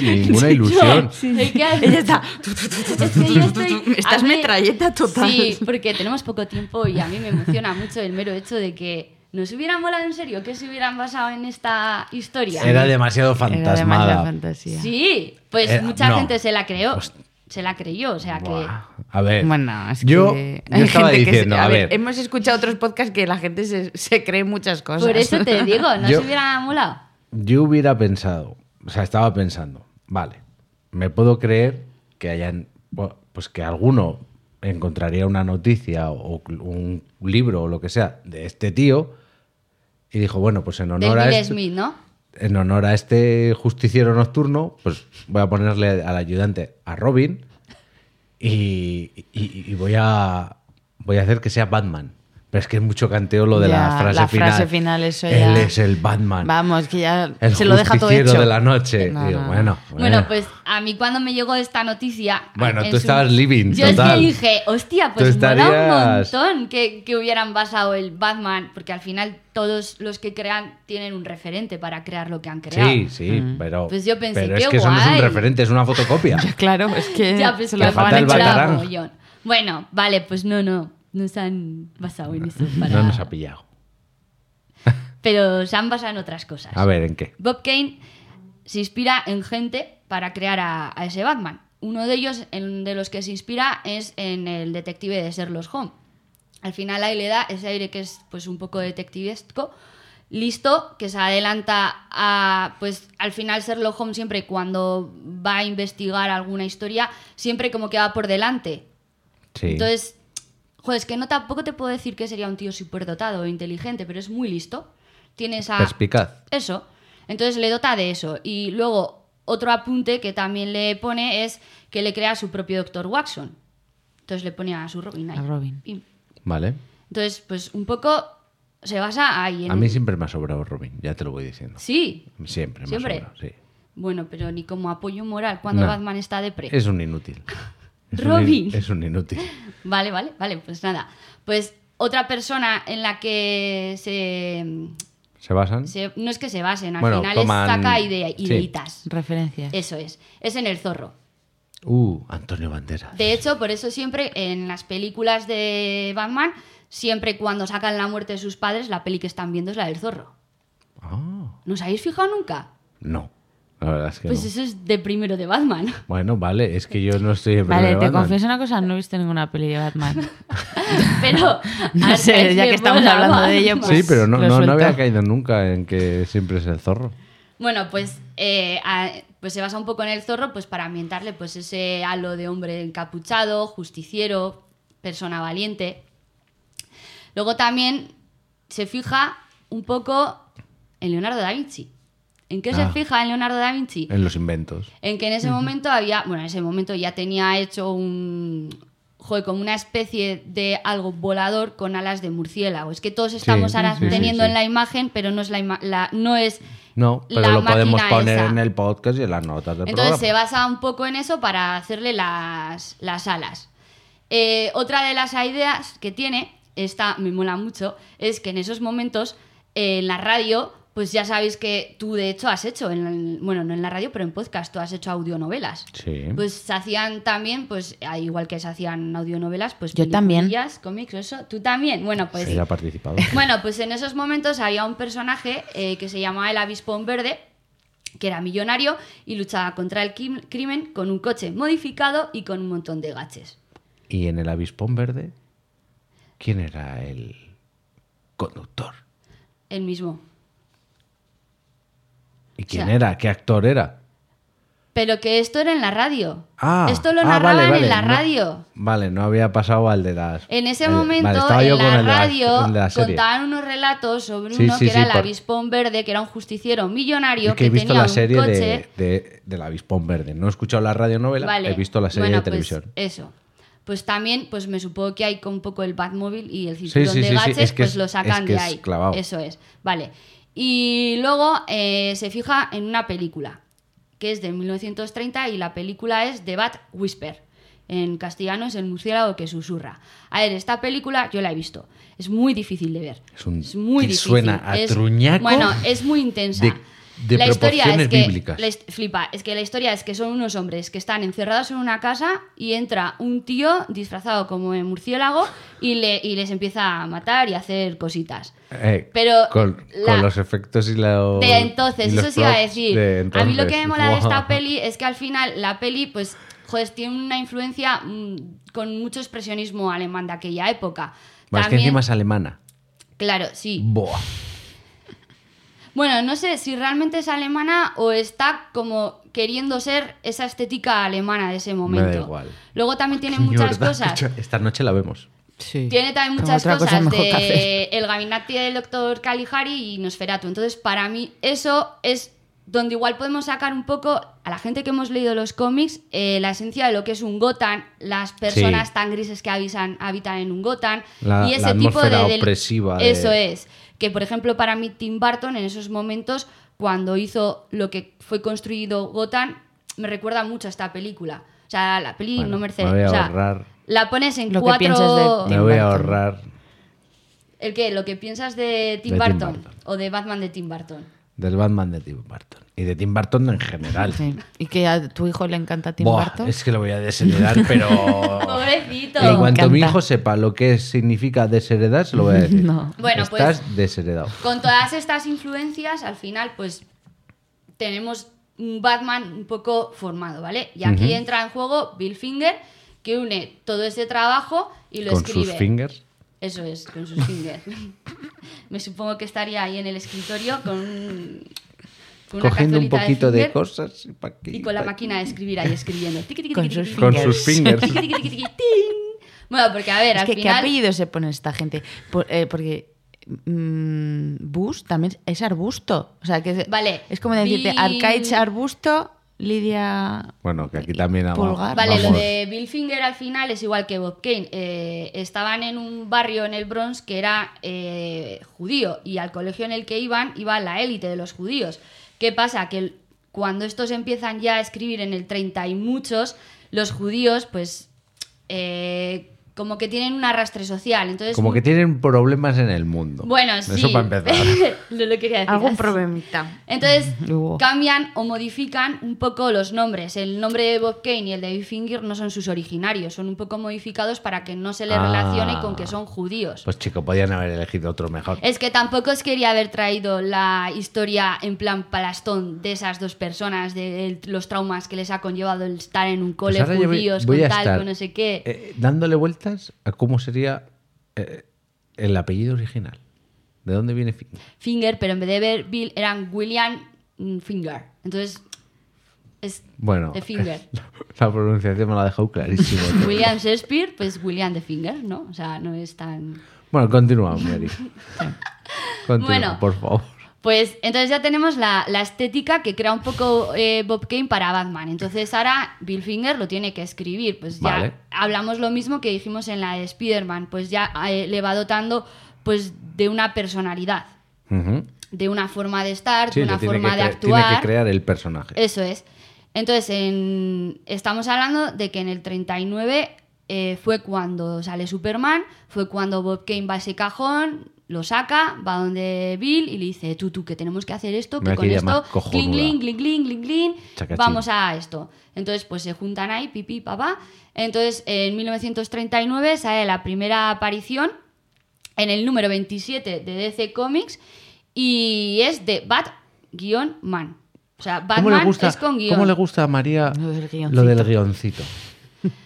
ninguna ilusión. Es que- Ella está. es que yo estoy- a Estás mí- metralleta total. Sí, porque tenemos poco tiempo y a mí me emociona mucho el mero hecho de que nos hubieran molado en serio, que se hubieran basado en esta historia. Era demasiado Era además fantasmada. la fantasía. Sí, pues Era- mucha no. gente se la creó. Host- Se la creyó, o sea que. Buah. A ver, Bueno, es yo, que yo estaba gente que se- diciendo, a ver, hemos escuchado otros podcasts que la gente se, se cree muchas cosas. Por eso te digo, no Yo- se hubiera molado. yo hubiera pensado, o sea, estaba pensando, vale, me puedo creer que hayan, bueno, pues que alguno encontraría una noticia o un libro o lo que sea de este tío y dijo, bueno, pues en De honor a Bill este, Smith, ¿no? en honor a este justiciero nocturno, pues voy a ponerle al ayudante a Robin y, y- y voy a voy a hacer que sea Batman. Pero es que es mucho canteo lo de la Ya, frase la final. frase final, eso Él ya- es el Batman. Vamos, que ya el se lo deja todo justiciero hecho. de la noche. No, Digo, no. bueno, Bueno, pues a mí cuando me llegó esta noticia. Eh. Bueno, en tú estabas living, Yo total. es que dije, hostia, pues Tú mola un estarías- montón que, que hubieran basado el Batman, porque al final todos los que crean tienen un referente para crear lo que han creado. Sí, sí, pero, Pues yo pensé, pero qué es que eso no es un guay. referente, es una fotocopia. Claro, es que Ya, pues se que lo me Eh, Le falta dejaban mola el hecho. Batarang. mogollón. Bueno, vale, pues no, no. No se han basado en eso. para- No nos ha pillado. Pero se han basado en otras cosas. A ver, ¿en qué? Bob Kane se inspira en gente para crear a, a ese Batman. Uno de ellos, en- de los que se inspira, es en el detective de Sherlock Holmes. Al final ahí le da ese aire que es pues un poco detectivesco, listo, que se adelanta a pues al final Sherlock Holmes siempre cuando va a investigar alguna historia, siempre como que va por delante. Sí. Entonces, joder, es que no tampoco te puedo decir que sería un tío superdotado o inteligente, pero es muy listo. Tiene esa Pues Perspicaz. eso. Entonces le dota de eso. Y luego otro apunte que también le pone es que le crea su propio Dr. Watson. Entonces le pone a su Robin ahí. A Robin. Pim. Vale. Entonces, pues un poco se basa ahí en... A mí siempre me ha sobrado Robin, ya te lo voy diciendo. Sí. Siempre me Siempre. ha sobrado, sí. Bueno, pero ni como apoyo moral cuando No. Batman está depre. Es un inútil. Es un Robin. in- es un inútil. Vale, vale, vale, pues nada. Pues otra persona en la que se... ¿Se basan? se- no es que se basen, al Bueno, final toman- es saca ide- sí. ideitas. Referencias. Eso es. Es en el zorro. Uh, Antonio Banderas. De hecho, por eso siempre en las películas de Batman, siempre cuando sacan la muerte de sus padres, la peli que están viendo es la del zorro. Ah, ¿No os habéis fijado nunca? no. La verdad es que Pues no. eso es de primero de Batman. Bueno, vale, es que yo no estoy en Vale, primero te Batman. confieso una cosa, no he visto ninguna peli de Batman. Pero No sé, Arcángel ya que estamos mola hablando de ello, Batman. pues- Sí, pero no, Lo no, no suelto. había caído nunca en que siempre es el zorro. Bueno, pues, eh, a- pues se basa un poco en el zorro pues para ambientarle pues ese halo de hombre encapuchado, justiciero, persona valiente. Luego también se fija un poco en Leonardo da Vinci. ¿En qué se Ah. Eh. fija en Leonardo da Vinci? En los inventos. En que en ese momento había, bueno, en ese momento ya tenía hecho un, joder, como una especie de algo volador con alas de murciélago. Es que todos estamos sí, ahora sí, sí, teniendo sí. en la imagen, pero no es la, ima- la- no es No, pero la lo podemos máquina poner esa. en el podcast y en las notas del Entonces se programa. basa un poco en eso para hacerle las, las alas. Eh, otra de las ideas que tiene, esta me mola mucho, es que en esos momentos eh, en la radio, pues ya sabéis que tú de hecho has hecho, en- bueno, no en la radio, pero en podcast, tú has hecho audionovelas. Sí. Pues se hacían también, pues al igual que se hacían audionovelas, pues Yo también. peliculillas, cómics, eso. Tú también. Bueno, pues Ella ha participado. bueno, pues en esos momentos había un personaje eh, que se llamaba el Avispón Verde, que era millonario y luchaba contra el quim- crimen con un coche modificado y con un montón de gaches. Y en el avispón verde, ¿quién era el conductor? El mismo. ¿Y quién sea- era? ¿Qué actor era? Pero que esto era en la radio. Ah, esto lo ah, narraban vale, vale, en la no- radio. vale, no había pasado al de las. En ese el- momento, vale, estaba yo en con la el de las- radio, el de la serie. contaban unos relatos sobre Sí, uno sí, que sí, era el por- avispón verde, que era un justiciero millonario Es que he visto tenía la serie un coche. de, de, del avispón verde. No he escuchado la radionovela, Vale. he visto la serie Bueno, de pues, televisión. eso. Pues también, pues me supongo que hay con un poco el Batmóvil y el sí, cinturón sí, de sí, gaches, es que pues es- lo sacan es que de es ahí. clavado. Eso es. Vale. Y luego eh, se fija en una película, que es de 1930 y la película es The Bat Whisper. En castellano es el murciélago que susurra. A ver, esta película yo la he visto. Es muy difícil de ver. Es un- muy que difícil. suena a Es- truñaco Bueno, es muy intensa. de- de la historia es proporciones que bíblicas. la his- flipa, es que la historia es que son unos hombres que están encerrados en una casa y entra un tío disfrazado como de murciélago y, le, y les empieza a matar y a hacer cositas. Eh, pero con, la- con los efectos y la. De entonces, eso sí iba a decir. A mí lo que me mola de esta peli peli es que al final la peli, pues, joder, tiene una influencia mm, con mucho expresionismo alemán de aquella época. Más que También- encima es alemana. Claro, sí. Buah. Bueno, no sé si realmente es alemana o está como queriendo ser esa estética alemana de ese momento. igual. Luego también tiene muchas ¿Verdad? cosas. Esta noche la vemos. Sí. Tiene también Como muchas otra cosa cosas mejor que hacer. de el gabinete del doctor Caligari y Nosferatu. Entonces, para mí, eso es donde igual podemos sacar un poco a la gente que hemos leído los cómics eh, la esencia de lo que es un Gotham, las personas Sí. tan grises que avisan- habitan en un Gotham La- y ese la tipo de, atmósfera del- opresiva de- Eso es. Que, por ejemplo, para mí Tim Burton en esos momentos, cuando hizo lo que fue construido Gotham, me recuerda mucho a esta película. O sea, la peli Bueno, no merece. me voy a o sea, ahorrar. La pones en Lo que cuatro. pienses de Me Tim voy a Burton. ahorrar ¿El qué? ¿Lo que piensas de Tim, De Tim Burton, Burton. O de Batman de Tim Burton. del Batman de Tim Burton. Y de Tim Burton en general. Sí. Y que a tu hijo le encanta Tim Buah, Burton. es que lo voy a desheredar, pero. Pobrecito. En cuanto mi encanta. hijo sepa lo que significa desheredar, se lo voy a decir. No. Bueno, pues- Estás desheredado. Con todas estas influencias, al final, pues tenemos un Batman un poco formado, ¿vale? Y aquí Ujú. entra en juego Bill Finger, que une todo este trabajo y lo Con escribe. sus fingers. Eso es, con sus fingers. Me supongo que estaría ahí en el escritorio con, un- con una Cogiendo un cartulita poquito de, finger cosas y, pa' aquí, y con la pa' aquí. máquina de escribir ahí escribiendo. Tiqui, tiqui, Con tiqui, sus tiqui, Con Fingers. sus fingers. tiqui, tiqui, tiqui, tiqui, ting. Bueno, porque a ver, Es al que, ¿qué final... apellido se pone esta gente? Por- eh, porque mm, Bush también es arbusto. O sea, que es, Vale. es como decirte Bill- Arcaich arbusto, Lidia. Bueno, que aquí también ama- Pulgar. Vale, lo vamos. de Bill Finger al final es igual que Bob Kane. Eh, estaban en un barrio en el Bronx que era eh, judío y al colegio en el que iban iba la élite de los judíos. ¿Qué pasa? Que el- cuando estos empiezan ya a escribir en el 30 y muchos, los judíos pues eh, como que tienen un arrastre social. Entonces, Como que tienen problemas en el mundo. Bueno, sí. Eso para empezar. no lo quería decir. Algún así. problemita. Entonces Luego. cambian o modifican un poco los nombres. El nombre de Bob Kane y el de Bill Finger no son sus originarios, son un poco modificados para que no se le Ah. relacione con que son judíos. Pues chico, podían haber elegido otro mejor. es que tampoco os quería haber traído la historia en plan palastón de esas dos personas, de el- los traumas que les ha conllevado el estar en un Pues cole ahora yo voy- judíos, voy a con tal, estar, con no sé qué. eh, dándole vueltas a cómo sería eh, el apellido original. ¿De dónde viene Finger? Finger, pero en vez de ver Bill eran William mm, Finger. Entonces, es Bueno, The Finger. La, pronunciación me la ha dejado clarísimo. William Shakespeare, pues William the Finger, ¿no? O sea, no es tan... bueno, continúa, Mary. Continúa, Bueno. por favor. Pues entonces ya tenemos la, la estética que crea un poco eh, Bob Kane para Batman. Entonces ahora Bill Finger lo tiene que escribir. Pues ya Vale. hablamos lo mismo que dijimos en la de Spider-Man. Pues ya eh, le va dotando pues de una personalidad, Ujú. de una forma de estar, Sí, de le una tiene que forma de cre- tiene que actuar. crear el personaje. Eso es. Entonces, en- estamos hablando de que en el 39 eh, fue cuando sale Superman, fue cuando Bob Kane va a ese cajón, lo saca, va donde Bill y le dice, tú, tú, que tenemos que hacer esto, que Mira que con idea esto, más cojonuda. cling, cling, cling, cling, cling, cling, Chacachín. vamos a esto. Entonces, pues se juntan ahí, pipi, papá. Entonces, en 1939 sale la primera aparición en el número 27 de DC Comics y es de Bat-Man. O sea, Batman ¿Cómo le, gusta, es con guión. cómo le gusta a María Lo del lo del guioncito?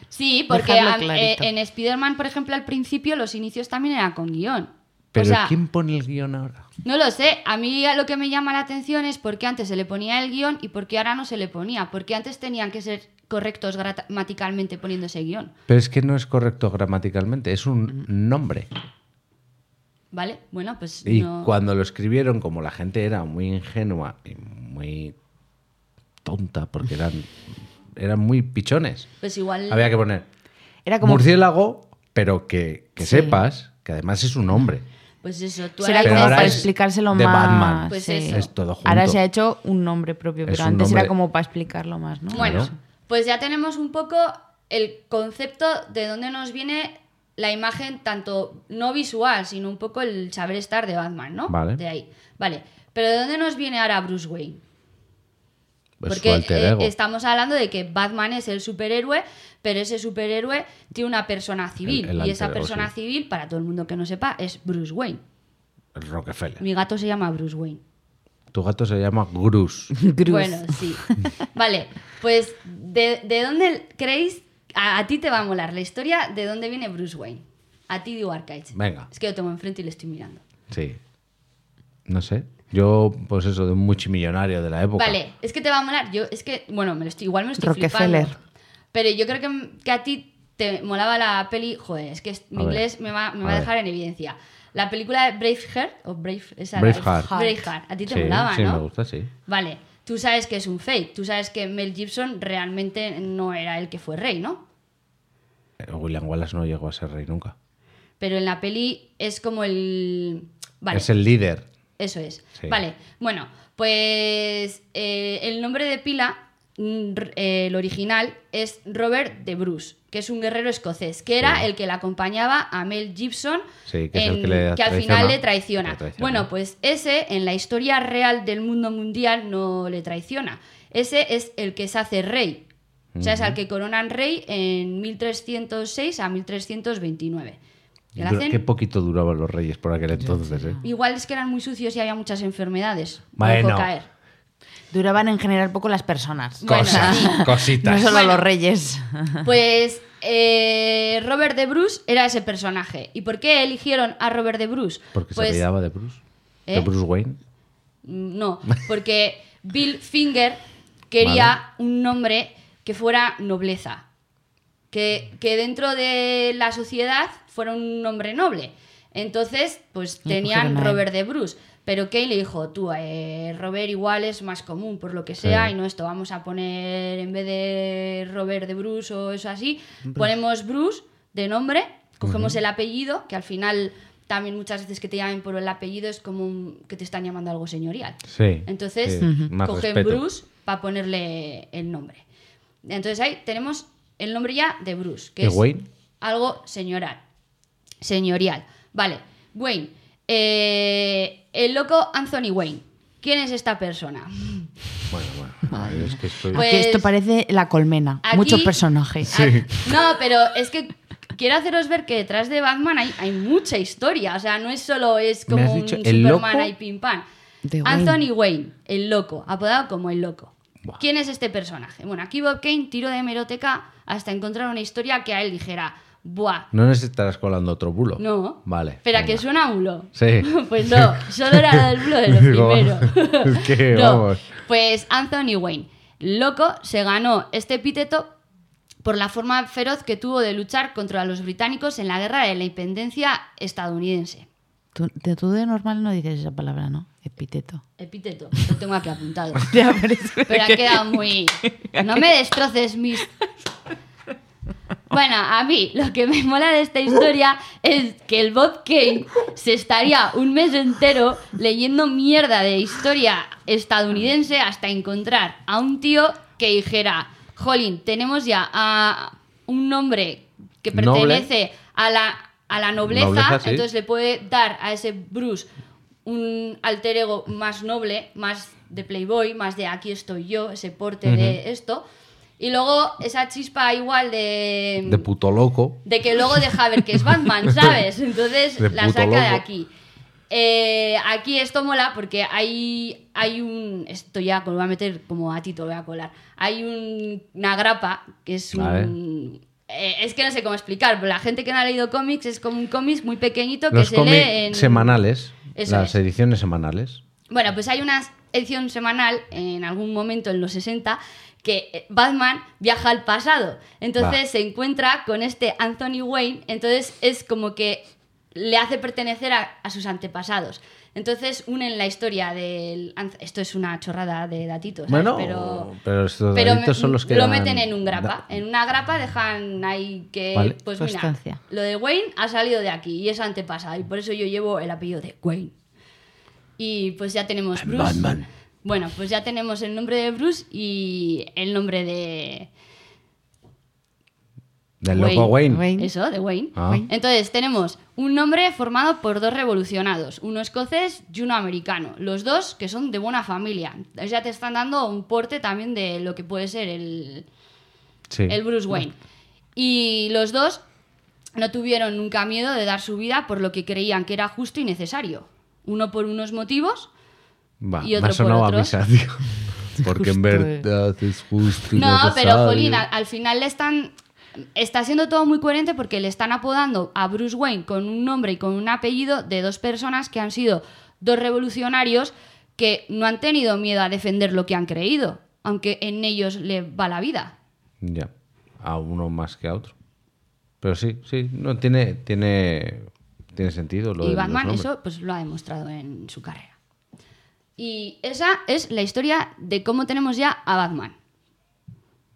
Sí, porque Dejarlo a- clarito. eh, en Spider-Man, por ejemplo, al principio los inicios también eran con guión. Pero o sea, ¿quién pone el guión ahora? no lo sé. A mí lo que me llama la atención es por qué antes se le ponía el guión y por qué ahora no se le ponía. Porque antes tenían que ser correctos gramaticalmente poniendo ese guión. Pero es que no es correcto gramaticalmente, es un Mm. nombre. ¿Vale? Bueno, pues Y no... cuando lo escribieron, como la gente era muy ingenua y muy tonta, porque eran, eran muy pichones, Pues igual... había que poner Era como. murciélago, pero que, que Sí. sepas que además es un hombre. Pues eso, tú Será ahora Pero como dices- ahora para es explicárselo de más. Batman. Pues sí. eso. Es todo junto. Ahora se ha hecho un nombre propio, Es pero un antes era nombre- como para explicarlo más, ¿no? Bueno, Claro. pues ya tenemos un poco el concepto de dónde nos viene la imagen, tanto no visual, sino un poco el saber estar de Batman, ¿no? Vale. De ahí. Vale. Pero ¿de dónde nos viene ahora Bruce Wayne? Pues su Porque alter eh, ego. estamos hablando de que Batman es el superhéroe, pero ese superhéroe tiene una persona civil. El- el y esa alter ego, persona sí. civil, para todo el mundo que no sepa, es Bruce Wayne. Rockefeller. Mi gato se llama Bruce Wayne. Tu gato se llama Grus. Cruz. Bueno, sí. Vale, pues ¿de, de dónde creéis? A, a ti te va a molar la historia de dónde viene Bruce Wayne. A ti digo Arcaich. Venga. Es que lo tengo enfrente y le estoy mirando. Sí. No sé. Yo, pues eso, de un multimillonario de la época. Vale, es que te va a molar. Yo, es que, bueno, me lo estoy, igual me lo estoy Rockefeller. flipando. Pero yo creo que, que a ti te molaba la peli. Joder, es que es- mi A ver, inglés me va, me a va a ver. dejar en evidencia. La película de Braveheart, o Brave, esa Braveheart. Braveheart. A ti te sí, molaba, sí, ¿no? me gusta, sí. Vale, tú sabes que es un fake, tú sabes que Mel Gibson realmente no era el que fue rey, ¿no? Eh, William Wallace no llegó a ser rey nunca. Pero en la peli es como el... Vale, Es el líder. eso es. Sí. Vale, bueno, pues eh, el nombre de pila, mm, r- eh, el original, es Robert de Bruce, que es un guerrero escocés, que era Sí. el que le acompañaba a Mel Gibson, Sí, que es el que le al traiciona. final le traiciona. Le traiciona. Bueno, pues ese en la historia real del mundo mundial no le traiciona. Ese es el que se hace rey. O sea, es al que coronan rey en 1306 a 1329. Que le Dura- hacen- Qué poquito duraban los reyes por aquel entonces, ¿eh? Igual es que eran muy sucios y había muchas enfermedades. Me Bueno. dejó caer. Duraban en general poco las personas. Bueno, Cosas, sí. No cositas. solo Bueno. los reyes. Pues eh, Robert de Bruce era ese personaje. ¿Y por qué eligieron a Robert de Bruce? Porque se Pues, apellidaba de Bruce. ¿Eh? De Bruce Wayne. No, porque Bill Finger quería Vale. un nombre que fuera nobleza. Que, que dentro de la sociedad fuera un nombre noble. Entonces, pues Le tenían pusieron a él. Robert de Bruce. Pero Kay le dijo, tú, eh, Robert igual es más común, por lo que sea, Sí. y no esto, vamos a poner, en vez de Robert de Bruce o eso así, ponemos Bruce de nombre, cogemos el apellido, que al final también muchas veces que te llamen por el apellido es como un- que te están llamando algo señorial. Sí. Entonces, sí, más cogen respeto. Bruce para ponerle el nombre. Entonces ahí tenemos el nombre ya de Bruce, que ¿Y es Wayne? algo señoral. Señorial. Vale, Wayne. eh, el loco Anthony Wayne. ¿Quién es esta persona? Bueno, bueno. ay, es que estoy- Pues- Aquí esto parece la colmena. Aquí- Muchos personajes. Ah, No, pero es que quiero haceros ver que detrás de Batman hay, hay mucha historia. O sea, no es solo es Me has como dicho un el Superman loco ahí pim pam. de Wayne. Anthony Wayne, el loco, apodado como el loco. Buah. ¿Quién es este personaje? Bueno, aquí Bob Kane tiró de hemeroteca hasta encontrar una historia que a él dijera, buah, No nos estarás colando otro bulo. no. Vale. Espera, venga. que suena a bulo. Sí. Pues no, solo era el bulo de lo Digo, primero. es que, No, vamos. Pues Anthony Wayne, loco, se ganó este epíteto por la forma feroz que tuvo de luchar contra los británicos en la guerra de la independencia estadounidense. Tú, de, tú de normal no dices esa palabra, ¿no? Epíteto. Epíteto, lo tengo aquí apuntado. Ya, pero es Pero ha que- quedado muy. No me destroces mis. Bueno, a mí lo que me mola de esta historia es que el Bob Kane se estaría un mes entero leyendo mierda de historia estadounidense hasta encontrar a un tío que dijera, jolín, tenemos ya a un nombre que Noble. pertenece a la, a la nobleza, Nobleza, sí. entonces le puede dar a ese Bruce un alter ego más noble, más de playboy, más de aquí estoy yo, ese porte de esto. Y luego esa chispa igual de... De puto loco. de que luego deja ver que es Batman, ¿sabes? Entonces De la puto saca de loco. aquí. Eh, aquí esto mola porque hay, hay un... Esto ya lo voy a meter como a ti, te lo voy a colar. Hay un- una grapa que es un... Vale. eh, es que no sé cómo explicar, pero la gente que no ha leído cómics es como un cómic muy pequeñito que Los se lee cómics en... semanales. Eso las es. ediciones semanales. Bueno, pues hay una edición semanal en algún momento en los 60 que eh, Batman viaja al pasado. Entonces Va. se encuentra con este Anthony Wayne, entonces es como que le hace pertenecer a, a sus antepasados. Entonces unen la historia del... Anth- Esto es una chorrada de datitos, ¿sabes? Bueno, pero... pero, estos pero delitos me- son los que lo dan- meten en un grapa. da- En una grapa dejan ahí que... Vale. Pues mira, Constancia. lo de Wayne ha salido de aquí y es antepasado. Y por eso yo llevo el apellido de Wayne. Y pues ya tenemos Bruce. Batman. Bueno, pues ya tenemos el nombre de Bruce y el nombre de del loco Wayne. Wayne. Wayne. eso, de Wayne. Ah. Entonces tenemos un nombre formado por dos revolucionados, uno escocés y uno americano, los dos que son de buena familia. Entonces ya te están dando un porte también de lo que puede ser el, Sí. el Bruce Wayne. Y los dos no tuvieron nunca miedo de dar su vida por lo que creían que era justo y necesario. Uno por unos motivos Va, y otro me ha por sonado a otros. misa, tío. Porque en Justo, eh. verdad es justo. y No, pero necesario. Jolín, al, al final le están. Está siendo todo muy coherente porque le están apodando a Bruce Wayne con un nombre y con un apellido de dos personas que han sido dos revolucionarios que no han tenido miedo a defender lo que han creído, aunque en ellos le va la vida. Ya, a uno más que a otro. Pero sí, sí, no tiene, tiene, tiene sentido lo de y los Batman nombres. eso pues lo ha demostrado en su carrera. Y esa es la historia de cómo tenemos ya a Batman.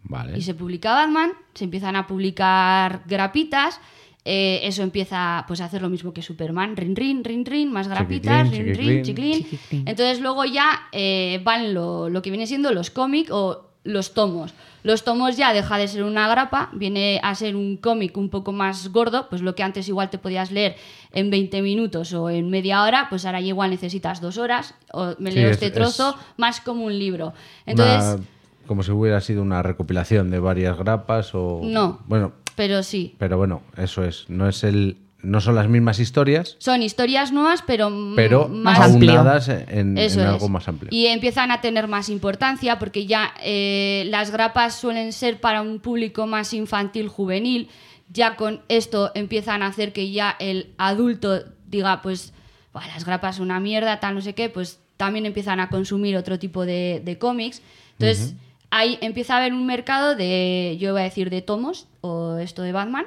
Vale. Y se publica Batman, se empiezan a publicar grapitas, eh, eso empieza pues a hacer lo mismo que Superman, rin rin, rin rin, más grapitas, rin Chiquitín, rin, chiquitín. chiclín. Chiquitín. Entonces luego ya eh, van lo, lo que viene siendo los cómics o los tomos. Los tomos ya deja de ser una grapa, viene a ser un cómic un poco más gordo, pues lo que antes igual te podías leer en 20 minutos o en media hora, pues ahora ya igual necesitas dos horas, o me Sí, leo es- este es- trozo, más como un libro. Una- Entonces, como si hubiera sido una recopilación de varias grapas o... No. Bueno, pero sí, pero bueno, eso es. No es el no son las mismas historias, Son historias nuevas, pero, m- pero Mm, más amplio. aunadas en, en Eso algo es. más amplio. Y empiezan a tener más importancia porque ya eh, las grapas suelen ser para un público más infantil, juvenil. Ya con esto empiezan a hacer que ya el adulto diga, pues, "Buah, las grapas son una mierda, tal, no sé qué, pues también empiezan a consumir otro tipo de, de cómics. Entonces, ahí empieza a haber un mercado de, yo voy a decir, de tomos o esto de Batman.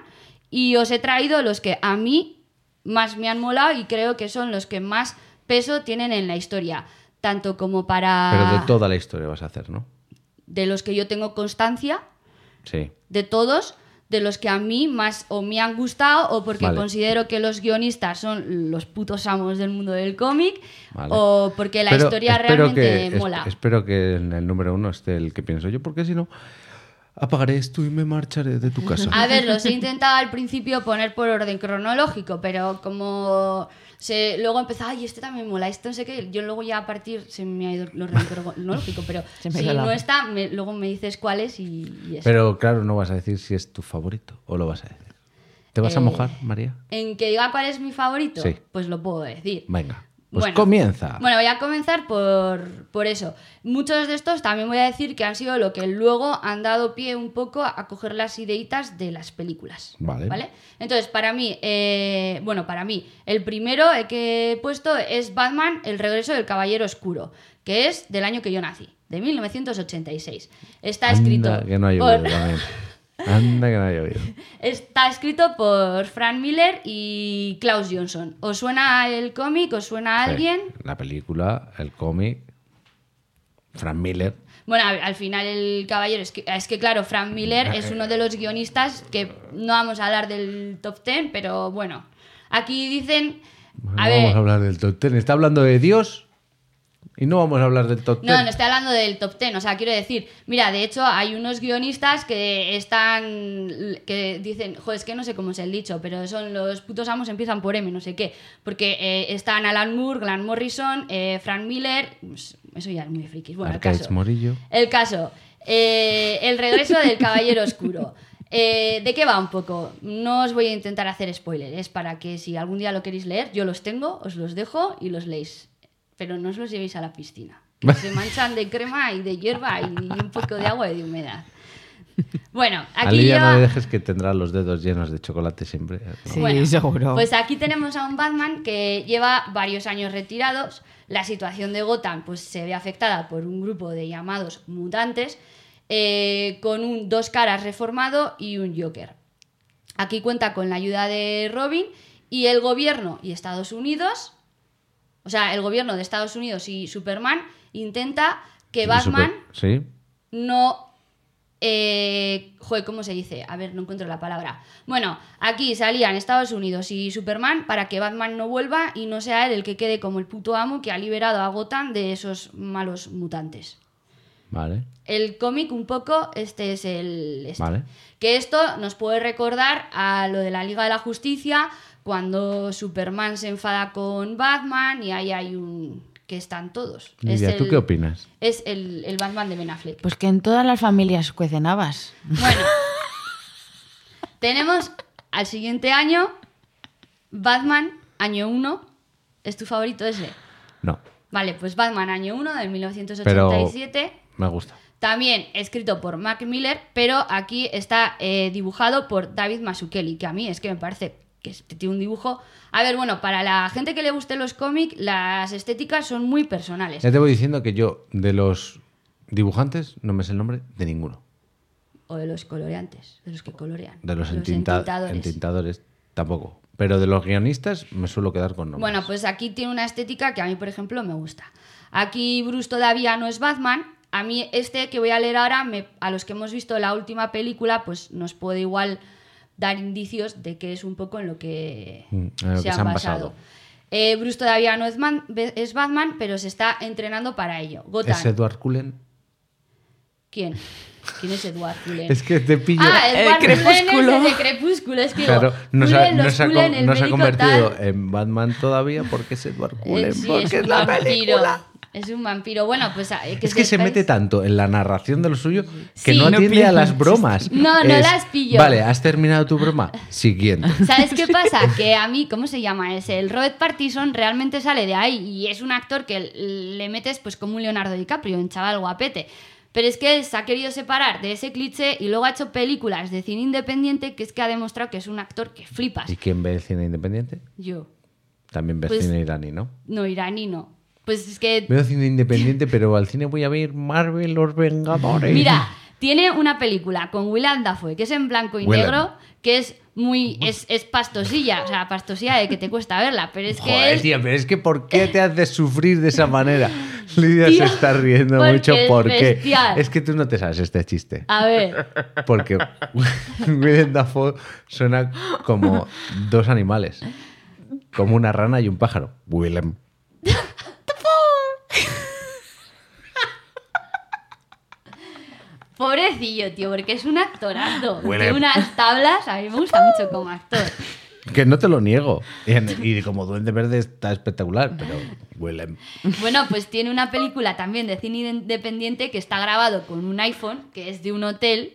Y os he traído los que a mí más me han molado y creo que son los que más peso tienen en la historia. Tanto como para. Pero de toda la historia vas a hacer, ¿no? de los que yo tengo constancia, Sí. de todos, de los que a mí más o me han gustado o porque Vale. considero que los guionistas son los putos amos del mundo del cómic Vale. o porque la Pero historia espero realmente que- es- mola. espero que en el número uno esté el que pienso yo, porque si no, apagaré esto y me marcharé de tu casa. A ver, los he intentado al principio poner por orden cronológico, pero como se, luego empezaba, ay, este también mola, este no sé qué, yo luego ya a partir se me ha ido el orden cronológico, pero Se si me ha ido la no olla. está, me- luego me dices cuál es y, y eso. Pero claro, no vas a decir si es tu favorito o lo vas a decir. ¿Te vas a Eh, mojar, María? En que diga cuál es mi favorito, Sí. pues lo puedo decir. Venga, pues Bueno. comienza. Bueno, voy a comenzar por, por eso. Muchos de estos también voy a decir que han sido lo que luego han dado pie un poco a, a coger las ideitas de las películas. Vale. Entonces, para mí, eh, bueno, para mí, el primero el que he puesto es Batman, El regreso del Caballero Oscuro, que es del año que yo nací, de 1986. Está escrito Anda que no ¿eh? ha llovido por- también. Anda que no ha llovido. Está escrito por Frank Miller y Klaus Johnson. ¿Os suena el cómic? ¿Os suena a alguien? Sí, La película, el cómic, Frank Miller. Bueno, al, al final el caballero, es que, es que claro, Frank Miller eh, es uno de los guionistas que no vamos a hablar del top ten, pero bueno, aquí dicen... No A vamos ver, a hablar del top ten. Está hablando de Dios y no vamos a hablar del top ten. No, no estoy hablando del top ten, o sea, quiero decir, mira, de hecho hay unos guionistas que están, que dicen, joder, es que no sé cómo es el dicho, pero son los putos amos empiezan por M, no sé qué, porque eh, están Alan Moore, Glenn Morrison, eh, Frank Miller, pues, eso ya es muy frikis, bueno, el Arcaiz caso. Morillo. El caso, eh, el regreso del Caballero Oscuro. Eh, ¿De qué va un poco? No os voy a intentar hacer spoilers ¿eh? para que si algún día lo queréis leer, yo los tengo, os los dejo y los leéis. Pero no os los llevéis a la piscina. que se manchan de crema y de hierba y un poco de agua y de humedad. Bueno, A aquí Lidia lleva- no le dejes que tendrá los dedos llenos de chocolate siempre. Sí, Bueno, seguro. Pues aquí tenemos a un Batman que lleva varios años retirados. La situación de Gotham pues, se ve afectada por un grupo de llamados mutantes, eh, con un dos caras reformado y un Joker. Aquí cuenta con la ayuda de Robin y el gobierno y Estados Unidos, o sea, el gobierno de Estados Unidos y Superman intenta que Sí, Batman super- Sí. no. Eh, joder, ¿cómo se dice? A ver, no encuentro la palabra. Bueno, aquí salían Estados Unidos y Superman para que Batman no vuelva y no sea él el que quede como el puto amo que ha liberado a Gotham de esos malos mutantes. Vale. El cómic, un poco, este es el. este. Vale. Que esto nos puede recordar a lo de la Liga de la Justicia, cuando Superman se enfada con Batman y ahí hay un. que están todos. Es Lidia, ¿tú el- qué opinas? Es el, el Batman de Ben Affleck. Pues que en todas las familias cuecen habas. Bueno, tenemos al siguiente año Batman, año 1. ¿Es tu favorito ese? No, Vale, pues Batman, año 1 de pero 1987. me gusta. También escrito por Mac Miller, pero aquí está eh, dibujado por David Mazzucchelli, que a mí es que me parece que es- tiene un dibujo... A ver, bueno, para la gente que le guste los cómics, las estéticas son muy personales. Ya te voy diciendo que yo, de los dibujantes, no me sé el nombre de ninguno. O de los coloreantes, de los que colorean. De los, entinta- entintadores. entintadores, tampoco. Pero de los guionistas me suelo quedar con nombres. Bueno, pues aquí tiene una estética que a mí, por ejemplo, me gusta. Aquí Bruce todavía no es Batman. A mí este que voy a leer ahora, me- a los que hemos visto la última película, pues nos puede igual dar indicios de que es un poco en lo que, Mm, en lo que se han basado. Eh, Bruce todavía no es, man- es Batman, pero se está entrenando para ello. Gotham. ¿Es Edward Cullen? ¿Quién? ¿Quién es Edward Cullen? Es que te pillo. Eh. Ah, El Edward Cullen es el Crepúsculo. de Crepúsculo. Es que digo, Claro, no se ha, Cullen, no los se ha Cullen, con- el no se ha médico tal. convertido en Batman todavía porque es Edward Cullen. Eh, sí, porque es, un la vampiro. película. Es un vampiro. Bueno, pues. ah, Es que se sepáis- mete tanto en la narración de lo suyo que Sí. no No atiende a pillo las el bromas. chiste. No, no las pillo. Vale, has terminado tu broma. Siguiente. ¿Sabes qué pasa? Que a mí, ¿cómo se llama ese? El Robert Partison realmente sale de ahí y es un actor que le metes pues como un Leonardo DiCaprio, un chaval guapete. Pero es que se ha querido separar de ese cliché y luego ha hecho películas de cine independiente que es que ha demostrado que es un actor que flipas. ¿Y quién ve el cine independiente? Yo, También ve Pues- cine iraní, ¿no? no iraní, no. Pues es que Veo cine independiente, pero al cine voy a ver Marvel, Los Vengadores. Mira, tiene una película con Willem Dafoe que es en blanco y Willem. negro, que es muy. Es, es pastosilla, o sea, pastosilla de que te cuesta verla, pero es que. Joder, es- tía, pero es que ¿por qué te haces sufrir de esa manera? Lidia Tío, se está riendo porque mucho es porque bestial. es que tú no te sabes este chiste. A ver, Porque Willem Dafoe suena como dos animales. Como una rana y un pájaro. Willem. pobrecillo, tío, porque es un actorazo. De Willem. unas tablas, a mí me gusta mucho como actor. Que no te lo niego. Y, en- y como Duende Verde está espectacular, pero Willem. Bueno, pues tiene una película también de cine independiente que está grabado con un iPhone, que es de un hotel.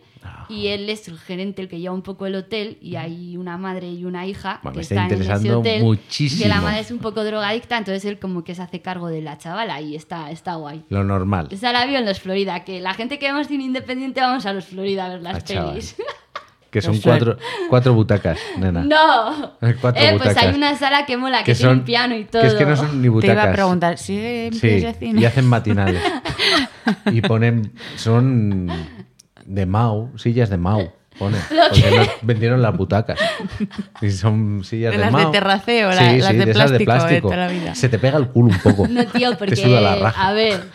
Y Ah. él es el gerente, el que lleva un poco el hotel, y hay una madre y una hija Bueno, que me está están en ese interesando hotel. muchísimo. Que la madre es un poco drogadicta, entonces él como que se hace cargo de la chavala y está, está guay. Lo normal. Esa la vio en los Florida, que la gente que vemos cine independiente vamos a los Florida a ver las Ah, chaval. pelis. Que son Lo suel- cuatro, cuatro butacas, nena. ¡No! Hay cuatro eh, pues hay butacas. una sala que mola, que, que tiene son un piano y todo. Que es que no son ni Te butacas. iba a preguntar, ¿sigue en pie Sí, ese cine? y hacen matinales. y ponen. Son de Mau, sillas de Mau. Pone, porque no- vendieron las butacas. Y son sillas De de, las de Mau. terraceo, la- las de esas plástico, de toda la vida. Se te pega el culo un poco. No, tío, porque. Te suda la raja. A ver.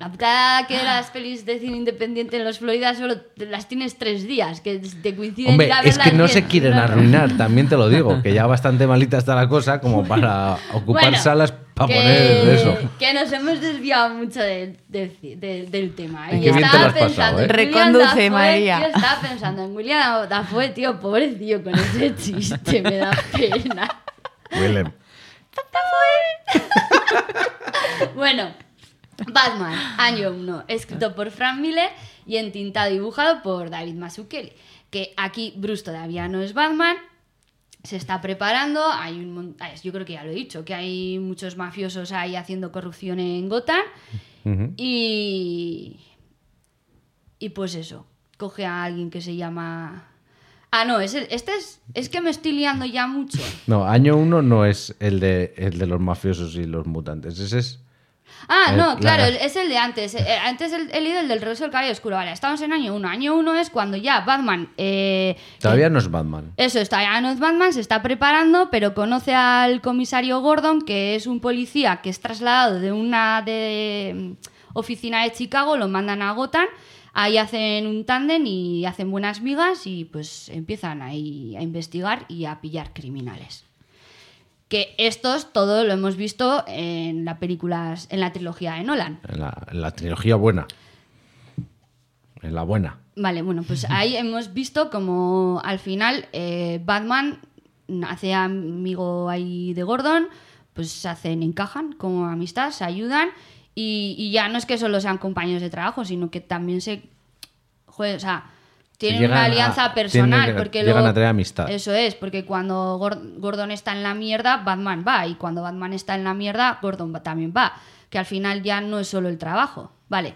La putada que las pelis de cine independiente en los Florida solo te- las tienes tres días, que te coinciden Hombre, ir a es verlas que no bien. se quieren arruinar, también te lo digo, que ya bastante malita está la cosa como para ocupar Bueno, salas para que- poner eso. Que nos hemos desviado mucho del, del- del- del tema. ¿eh? Y Y qué bien te estaba lo has pasado, pensando ¿eh? en William Reconduce, Dafoe, María. tío, estaba pensando en William Dafoe, tío, pobrecillo, con ese chiste, me da pena. Willem. Bueno, Batman, año 1, escrito por Frank Miller y entintado y dibujado por David Mazzucchelli. Que aquí Bruce todavía no es Batman, se está preparando, hay un mon- ah, yo creo que ya lo he dicho, que hay muchos mafiosos ahí haciendo corrupción en Gotham y... Y pues eso, coge a alguien que se llama... Ah, no, es el- este es, es que me estoy liando ya mucho. No, año uno no es el de, el de los mafiosos y los mutantes. Ese es. Ah, Eh, no, la- claro, es el de antes. Eh, Antes el, he leído el del Roso del Cabello Oscuro. Vale, estamos en año 1. Año 1 es cuando ya Batman. eh, Todavía no es Batman. Eso, está ya no es Batman, se está preparando, pero conoce al comisario Gordon, que es un policía que es trasladado de una de, mm, oficina de Chicago, lo mandan a Gotham. Ahí hacen un tándem y hacen buenas migas y pues empiezan ahí a investigar y a pillar criminales. Que estos todo lo hemos visto en la película, en la trilogía de Nolan. En la, en la trilogía buena. En la buena. Vale, bueno, pues ahí hemos visto como al final eh, Batman mm, hace amigo ahí de Gordon, pues se hacen, encajan como amistad, se ayudan y, y ya no es que solo sean compañeros de trabajo, sino que también se... Joder, o sea, tienen Llegan una a- alianza tienen- personal. porque llegan luego, a tener amistad. Eso es, porque cuando Gor- Gordon está en la mierda, Batman va. Y cuando Batman está en la mierda, Gordon va- también va. Que al final ya no es solo el trabajo. Vale.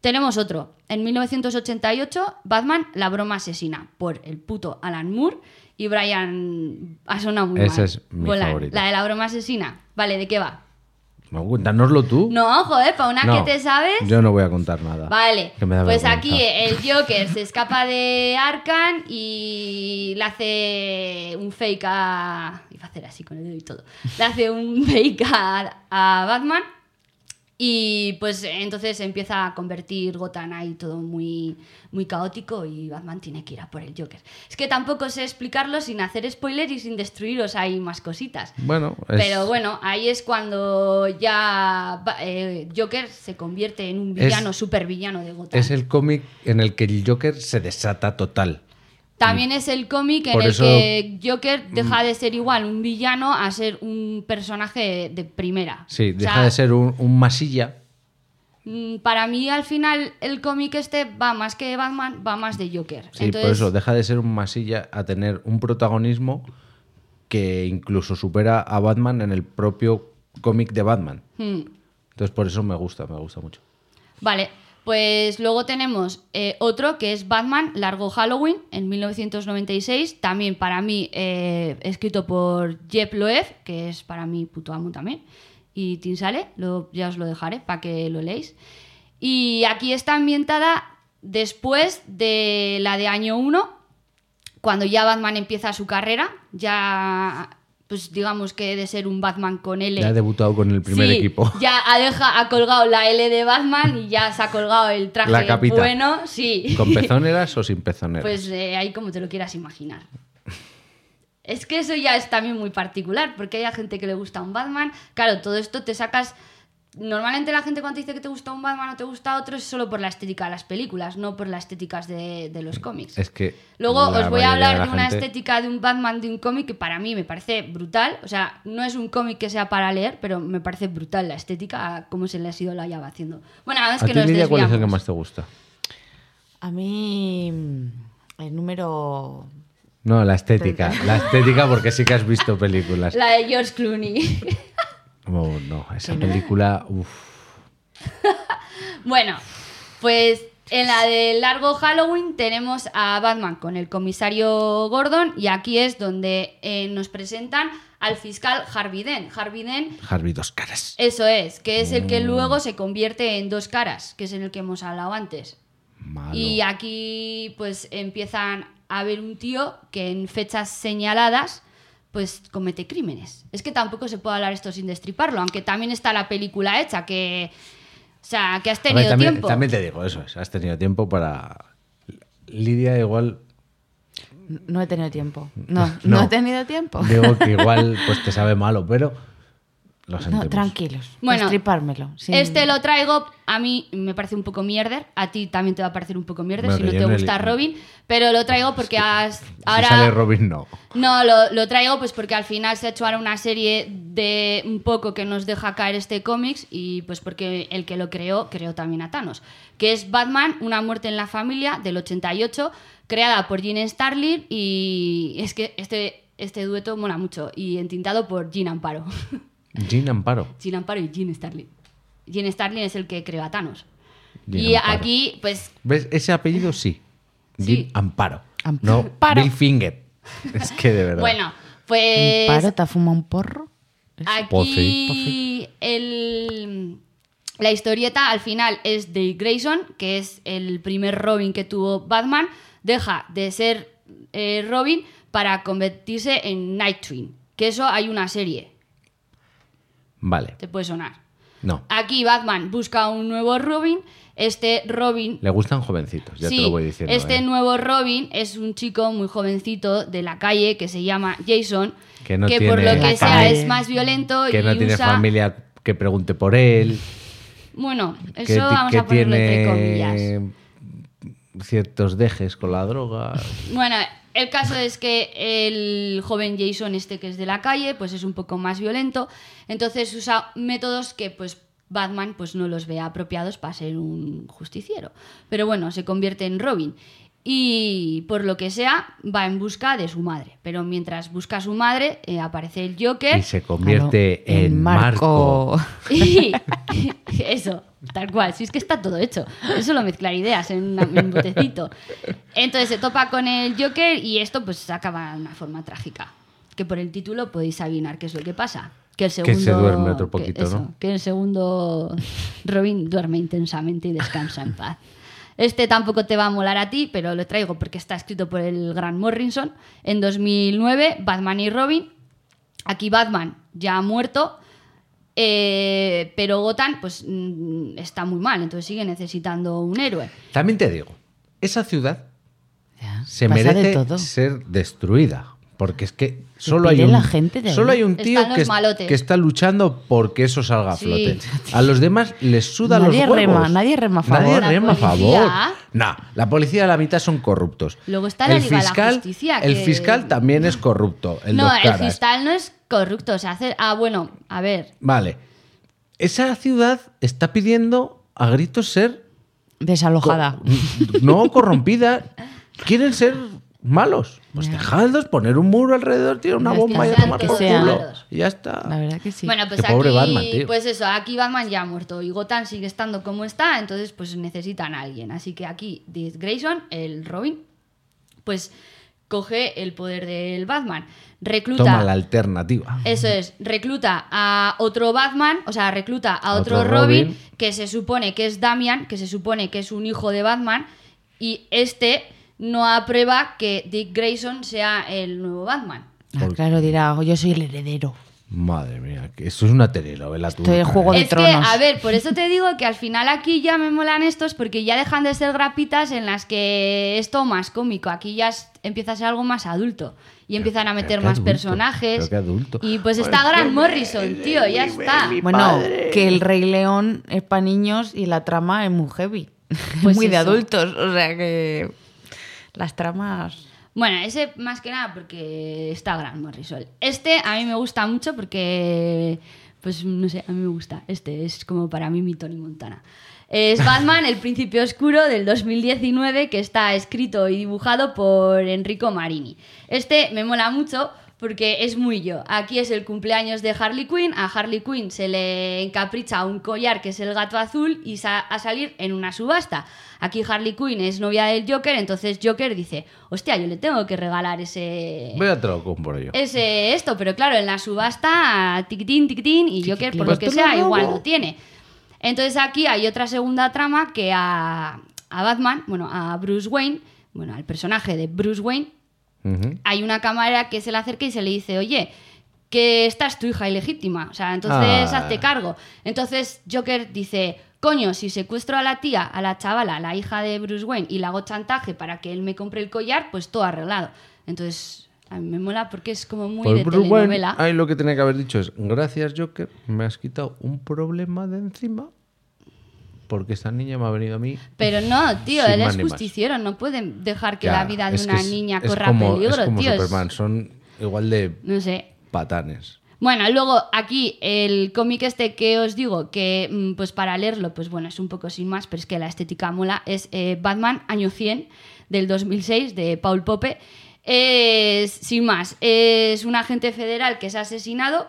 Tenemos otro. En 1988, Batman, La broma asesina, por el puto Alan Moore y Brian... Ha sonado muy Esa mal. es mi Bolan. favorita. La de La broma asesina. Vale, ¿de qué va? No, cuéntanoslo tú. No, joder, para una No, que te sabes... Yo no voy a contar nada. Vale, que me da pues vergüenza. aquí el Joker se escapa de Arkham y le hace un fake a... Iba a hacer así con el dedo y todo. Le hace un fake a, a Batman y pues entonces empieza a convertir Gotham ahí todo muy, muy caótico y Batman tiene que ir a por el Joker. Es que tampoco sé explicarlo sin hacer spoiler y sin destruiros ahí más cositas. Bueno, es- Pero bueno, ahí es cuando ya va- eh, Joker se convierte en un villano, Es- supervillano de Gotham. es el cómic en el que el Joker se desata total. También es el cómic en Por el eso- mm. que Joker deja de ser igual un villano a ser un personaje de, de primera. Sí, O deja sea, de ser un, un masilla. mm, Para mí, al final, el cómic este va más que de Batman, va más de Joker. Sí, Entonces, por eso deja de ser un masilla a tener un protagonismo que incluso supera a Batman en el propio cómic de Batman. mm, Entonces por eso me gusta, me gusta mucho. Vale, pues luego tenemos eh, otro que es Batman, Largo Halloween, en 1996. También para mí, eh, escrito por Jeff Loeb, que es para mí puto amo también. Y Tim Sale, lo, ya os lo dejaré para que lo leéis. Y aquí está ambientada después de la de año 1, cuando ya Batman empieza su carrera, ya pues digamos que de ser un Batman con L Ya ha debutado con el primer sí, equipo. Ya ha, deja, ha colgado la L de Batman y ya se ha colgado el traje La capita. bueno. Sí. ¿Con pezoneras o sin pezoneras? Pues eh, ahí como te lo quieras imaginar. Es que eso ya es también muy particular, porque hay gente que le gusta un Batman. Claro, todo esto te sacas. Normalmente la gente cuando te dice que te gusta un Batman o te gusta otro es solo por la estética de las películas, no por las estéticas de, de los cómics. es que Luego la os voy a mayoría hablar de, la una gente- estética de un Batman de un cómic que para mí me parece brutal. O sea, no es un cómic que sea para leer, pero me parece brutal la estética, a cómo se le ha sido la llave haciendo. Bueno, es ¿A que ti, nos Lidia, cuál es el que desviamos. más te gusta? A mí mm, el número... No, la estética. La estética porque sí que has visto películas. La de George Clooney. Oh, no, esa película, uff. bueno, pues en la de Largo Halloween tenemos a Batman con el comisario Gordon y aquí es donde eh, nos presentan al fiscal Harvey Dent. Harvey Dent Harvey dos caras. Eso es, que es el que Mm. luego se convierte en dos caras, que es en el que hemos hablado antes. Malo. Y aquí pues empiezan a ver un tío que en fechas señaladas pues comete crímenes. Es que tampoco se puede hablar esto sin destriparlo, aunque también está la película hecha que o sea, que has A ver, tenido también, tiempo. también te digo, eso es. Has tenido tiempo para. Lidia, igual. No he tenido tiempo. No, no, he tenido tiempo. Digo que igual pues te sabe malo, pero. Lo sentimos. No, tranquilos. Bueno, Bueno, estripármelo. sin- Este lo traigo, a mí me parece un poco mierder, a ti también te va a parecer un poco mierder Bueno, si no yo te no he gusta le- Robin, pero lo traigo porque has, ahora Si sale Robin, no. No, lo, lo traigo pues porque al final se ha hecho ahora una serie de un poco que nos deja caer este cómics y pues porque el que lo creó creó también a Thanos, que es Batman, una muerte en la familia del 88, creada por Gene Starlin y es que este, este dueto mola mucho y entintado por Gene Amparo. Jean Amparo. Gene Amparo y Gene Starlin. Gene Starlin es el que creó a Thanos. Gene y Amparo. aquí pues ¿Ves? Ese apellido sí. Sí. Jean Amparo. Amparo. No, Bill Finger. Es que de verdad. bueno, pues ¿Paro? ¿Te ha fumado un porro? Aquí el- la historieta al final es de Grayson, que es el primer Robin que tuvo Batman, deja de ser eh, Robin para convertirse en Nightwing, que eso hay una serie, Vale. te puede sonar. No. Aquí Batman busca un nuevo Robin, este Robin Le gustan jovencitos, ya sí, te lo voy diciendo. este ¿eh? nuevo Robin es un chico muy jovencito de la calle que se llama Jason, Que no por tiene lo que sea familia. es más violento que y no tiene usa- familia que pregunte por él. Bueno, eso que, ti- vamos que a ponerlo entre comillas. tiene ciertos dejes con la droga. Bueno, el caso es que el joven Jason este que es de la calle, pues es un poco más violento, entonces usa métodos que pues Batman pues no los ve apropiados para ser un justiciero. Pero bueno, se convierte en Robin y por lo que sea va en busca de su madre. Pero mientras busca a su madre eh, aparece el Joker Y se convierte Ah, no, en Marco. Y eso, tal cual. Si es que está todo hecho. Eso lo mezclar ideas en, una- en un botecito. Entonces se topa con el Joker y esto pues acaba de una forma trágica. Que por el título podéis adivinar qué es lo que pasa. Que el Que segundo. se duerme otro que- poquito, eso, ¿no? Que el segundo Robin duerme intensamente y descansa en paz. Este tampoco te va a molar a ti, pero lo traigo porque está escrito por el gran Morrison. En 2009, Batman y Robin. Aquí Batman ya ha muerto, eh, pero Gotham pues mm, está muy mal, entonces sigue necesitando un héroe. También te digo, esa ciudad Ya, se pasa merece de todo. ser destruida. Porque es que solo hay, pide un, la gente de ahí. solo hay un tío Están los que, es- malotes. que está luchando porque eso salga a Sí. flote. A los demás les suda Nadie los huevos. rema, nadie rema a Nadie favor. La rema a policía. favor. No, la policía de la mitad son corruptos. Luego está la Liga de la Justicia, El que- fiscal también es corrupto. El no, dos el caras. fiscal no es corrupto. Se hace. Ah, bueno, a ver. Vale. Esa ciudad está pidiendo a gritos ser co- Desalojada. no corrompida. Quieren ser malos. Pues dejadlos, poner un muro alrededor, tirar una Ya bomba y a está, tomar que por sean culo. malos. Y ya está. La verdad que sí. Bueno, pues Qué pobre aquí, Batman, tío. pues eso, aquí Batman ya ha muerto y Gotham sigue estando como está, entonces pues necesitan a alguien. Así que aquí Dick Grayson, el Robin, pues coge el poder del Batman, recluta Toma la alternativa. Eso es, recluta a otro Batman, o sea, recluta a A otro, otro Robin, Robin. que se supone que es Damian, que se supone que es un hijo de Batman, y este no aprueba que Dick Grayson sea el nuevo Batman. Ah, claro, dirá, yo soy el heredero. Madre mía, que esto es una telenovela. ¿eh? tú, Estoy en cara. juego de es tronos. que, a ver, por eso te digo que al final aquí ya me molan estos porque ya dejan de ser grapitas en las que es todo más cómico. Aquí ya es- empieza a ser algo más adulto y empiezan a pero meter qué más adulto, personajes. pero qué adulto. Y pues está Grant Morrison, tío, ya está. Bueno, que el Rey León es para niños y la trama es muy heavy. Pues muy de eso. adultos. O sea que las tramas. Bueno, ese más que nada porque está Gran Morrisol. Este a mí me gusta mucho porque, pues no sé, a mí me gusta. Este es como para mí mi Tony Montana. Es Batman, el príncipe oscuro del 2019 que está escrito y dibujado por Enrico Marini. Este me mola mucho porque es muy yo. Aquí es el cumpleaños de Harley Quinn. A Harley Quinn se le encapricha un collar que es el gato azul y sa- a salir en una subasta. Aquí Harley Quinn es novia del Joker, entonces Joker dice, hostia, yo le tengo que regalar ese... Voy a te lo compro yo. Ese esto, pero claro, en la subasta, tiquitín, tiquitín, y Joker, por lo Pues que te lo sea, robo. igual lo tiene. Entonces aquí hay otra segunda trama que a, a Batman, bueno, a Bruce Wayne, bueno, al personaje de Bruce Wayne, Ujú. hay una camarera que se le acerca y se le dice, oye, que esta es tu hija ilegítima, o sea, entonces Ah. hazte cargo. Entonces Joker dice, coño, si secuestro a la tía, a la chavala, la hija de Bruce Wayne, y le hago chantaje para que él me compre el collar, pues todo arreglado. Entonces, a mí me mola porque es como muy Pues de Bruce Wayne, telenovela. ahí lo que tenía que haber dicho es, gracias Joker, me has quitado un problema de encima porque esta niña me ha venido a mí. Pero no, tío, Sin él más es ni más. justiciero, no pueden dejar que Ya, la vida de es que una es- niña es corra como- peligro, es como tío. es- Superman, son igual de No sé, patanes. Bueno, luego aquí el cómic este que os digo, que mm, pues para leerlo, pues bueno, es un poco sin más, pero es que la estética mola, es eh, Batman año 100 del 2006 de Paul Pope. Es, sin más, es un agente federal que es asesinado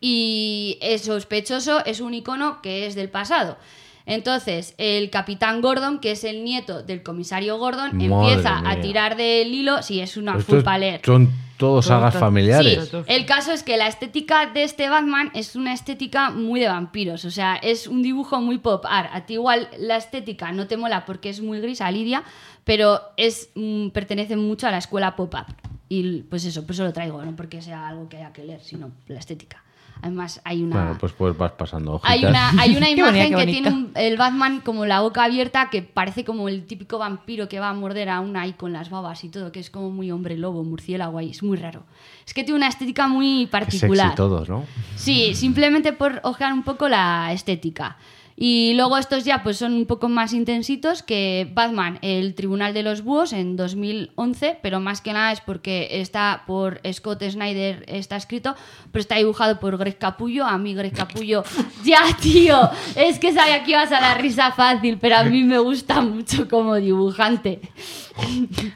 y es sospechoso, es un icono que es del pasado. Entonces, el capitán Gordon, que es el nieto del comisario Gordon, Madre empieza a mía. tirar del hilo, si es una Pero full estos pa' leer. Son todos sagas Tonto. familiares. Sí, el caso es que la estética de este Batman es una estética muy de vampiros, o sea, es un dibujo muy pop art. A ti igual la estética no te mola porque es muy gris a Lidia, pero es mm, pertenece mucho a la escuela pop art. Y pues eso, por eso lo traigo, no porque sea algo que haya que leer, sino la estética. Además hay una Bueno, pues, pues vas pasando hojitas. hay una, hay una Qué imagen bonita, qué que bonita. tiene un- el Batman como la boca abierta que parece como el típico vampiro que va a morder a una ahí con las babas y todo, que es como muy hombre lobo, murciélago ahí, es muy raro. Es que tiene una estética muy Qué sexy particular. todos, ¿no? Sí, simplemente por ojear un poco la estética. Y luego estos ya pues son un poco más intensitos que Batman, el Tribunal de los Búhos en 2011, pero más que nada es porque está por Scott Snyder, está escrito, pero está dibujado por Greg Capullo. A mí Greg Capullo, ya tío, es que sabía que ibas a la risa fácil, pero a mí me gusta mucho como dibujante,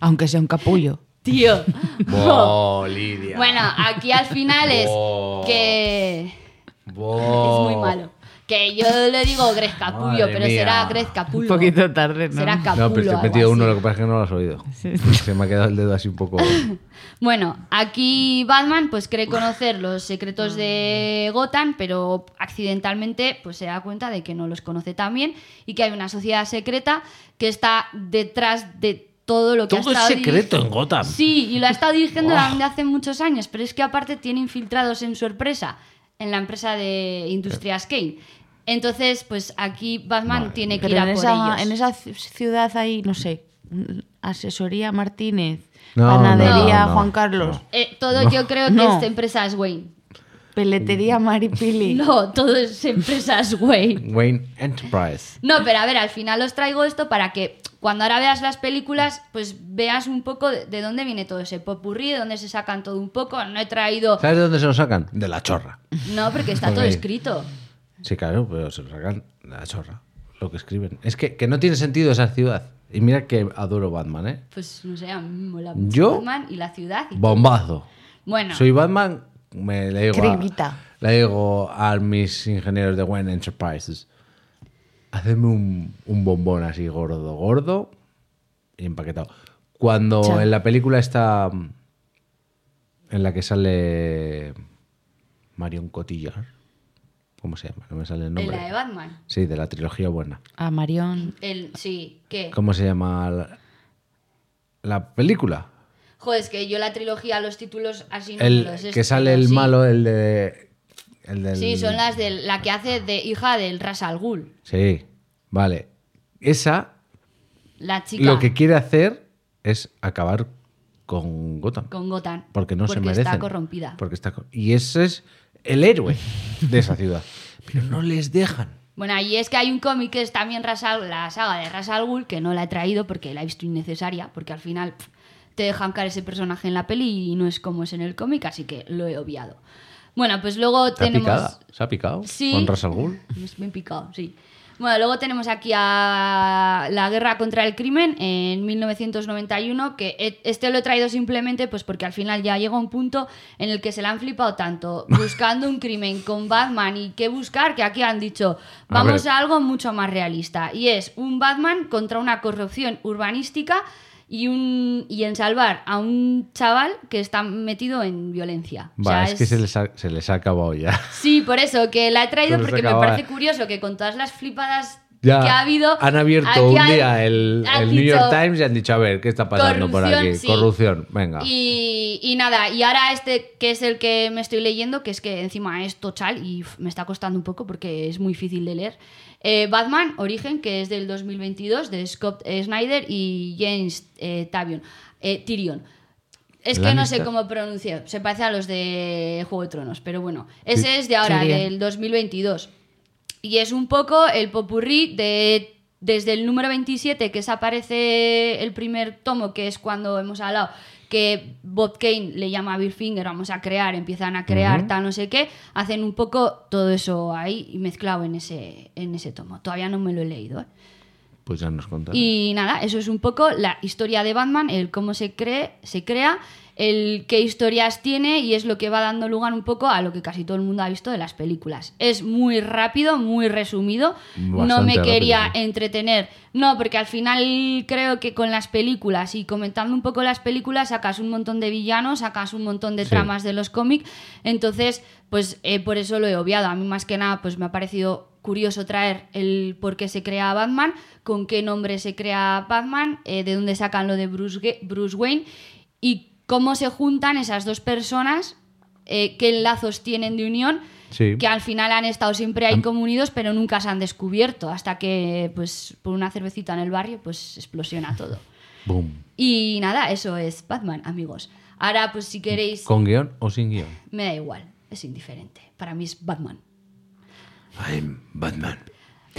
Aunque sea un capullo. tío. Oh, Lidia. bueno, aquí al final es Bo. que... Bo. Es muy malo. Que yo le digo Grez Capullo, Madre pero mía. será Grez Capullo. Un poquito tarde, ¿no? Será Capullo. No, pero te he algo metido uno, así. lo que pasa es que no lo has oído. Se me ha quedado el dedo así un poco. Bueno, aquí Batman pues cree conocer los secretos de Gotham, pero accidentalmente pues se da cuenta de que no los conoce tan bien y que hay una sociedad secreta que está detrás de todo lo que ha Todo es estado secreto dirigi- en Gotham. Sí, y lo ha estado dirigiendo desde hace muchos años, pero es que aparte tiene infiltrados en su empresa, en la empresa de Industrias Kane. Entonces, pues aquí Batman Madre tiene que Pero ir a en por esa, ellos. en esa ci- ciudad ahí, no sé, mm, asesoría Martínez, No, panadería no, no, Juan no. Carlos, Eh, todo yo creo que No. esta empresa es Wayne. peletería Maripili. No, todo es empresa es Wayne. Wayne Enterprise. No, pero a ver, al final os traigo esto para que cuando ahora veas las películas, pues veas un poco de, de dónde viene todo ese popurrí, de dónde se sacan todo un poco. No he traído. ¿Sabes de dónde se lo sacan? De la chorra. No, porque está todo Porque- escrito. Sí, claro, pero se lo sacan de la chorra. Lo que escriben. Es que, que no tiene sentido esa ciudad. Y mira que adoro Batman, ¿eh? Pues no sé, a mí me mola mucho ¿Yo? Batman y la ciudad. y- Bombazo. Bueno, Soy Batman, me le digo, a, Cremita. le digo a mis ingenieros de Wayne Enterprises, hacedme un, un bombón así gordo, gordo y empaquetado. Cuando Cha. en la película está mm, en la que sale Marion Cotillard, ¿cómo se llama? No me sale el en nombre. la E de Batman. Sí, de la trilogía buena. A Marión. El, sí, ¿qué? ¿Cómo se llama la, la película? Joder, es que yo la trilogía, los títulos así no me El, los sé, que sale pero el sí. malo, el de... El del, Sí, son las de la que hace de hija del Ras al Ghul, Sí, vale. Esa la chica lo que quiere hacer es acabar con Gotham. con Gotham. Porque no se merece. está corrompida. Porque está co- y ese es el héroe de esa ciudad. Pero no les dejan. Bueno, y es que hay un cómic que es también Ras al- la saga de Ras al Ghul, que no la he traído porque la he visto innecesaria, porque al final pf, te dejan caer ese personaje en la peli y no es como es en el cómic, así que lo he obviado. Bueno, pues luego Está tenemos... picada. Se ha picado Sí. con Ra's al Ghul. Es bien picado, sí. Bueno, luego tenemos aquí a la guerra contra el crimen en 1991, que e- este lo he traído simplemente pues porque al final ya llega un punto en el que se la han flipado tanto buscando un crimen con Batman y qué buscar, que aquí han dicho, A vamos ver. a, algo mucho más realista, y es un Batman contra una corrupción urbanística y, un, y en salvar a un chaval que está metido en violencia. O sea, Va, es, que se les, ha, se les ha acabado ya. Sí, por eso, que la he traído Pero se porque me acaba. parece curioso que con todas las flipadas Ya que ha habido. han aquí abierto un hay- día el, han el New dicho- York Times y han dicho, a ver, ¿qué está pasando por Corrupción, aquí? sí. Corrupción, venga. Y, y nada, y ahora este que es el que me estoy leyendo, que es que encima es total y uf, me está costando un poco porque es muy difícil de leer. Eh, Batman, Origen, que es del 2022, de Scott eh, Snyder y James eh, Tavion, eh, Tyrion. Es que no sé Lannister. cómo pronunciar, se parece a los de Juego de Tronos, pero bueno, ese es de ahora, Tyrion. del 2022. Y es un poco el popurrí de desde el número 27, que es aparece el primer tomo, que es cuando hemos hablado que Bob Kane le llama a Bill Finger, vamos a crear, empiezan a crear, tal, no sé qué, hacen un poco todo eso ahí y mezclado en ese, en ese tomo. Todavía no me lo he leído. ¿eh? Pues ya nos contaron. Y nada, eso es un poco la historia de Batman, el cómo se cree, se crea, el qué historias tiene y es lo que va dando lugar un poco a lo que casi todo el mundo ha visto de las películas. Es muy rápido, muy resumido. no Bastante me quería rápido, sí. entretener. No, porque al final creo que con las películas y comentando un poco las películas sacas un montón de villanos, sacas un montón de Sí. tramas de los cómics. Entonces, pues eh, por eso lo he obviado. A mí más que nada, pues me ha parecido curioso traer el por qué se crea Batman, con qué nombre se crea Batman, eh, de dónde sacan lo de Bruce, Ga- Bruce Wayne y cómo se juntan esas dos personas, eh, qué lazos tienen de unión Sí. que al final han estado siempre ahí como unidos, pero nunca se han descubierto, hasta que, pues, por una cervecita en el barrio, pues explosiona todo. Boom. Y nada, eso es Batman, amigos. Ahora, pues, si queréis, ¿Con guión o sin guión? me da igual, es indiferente. Para mí es Batman. I'm Batman.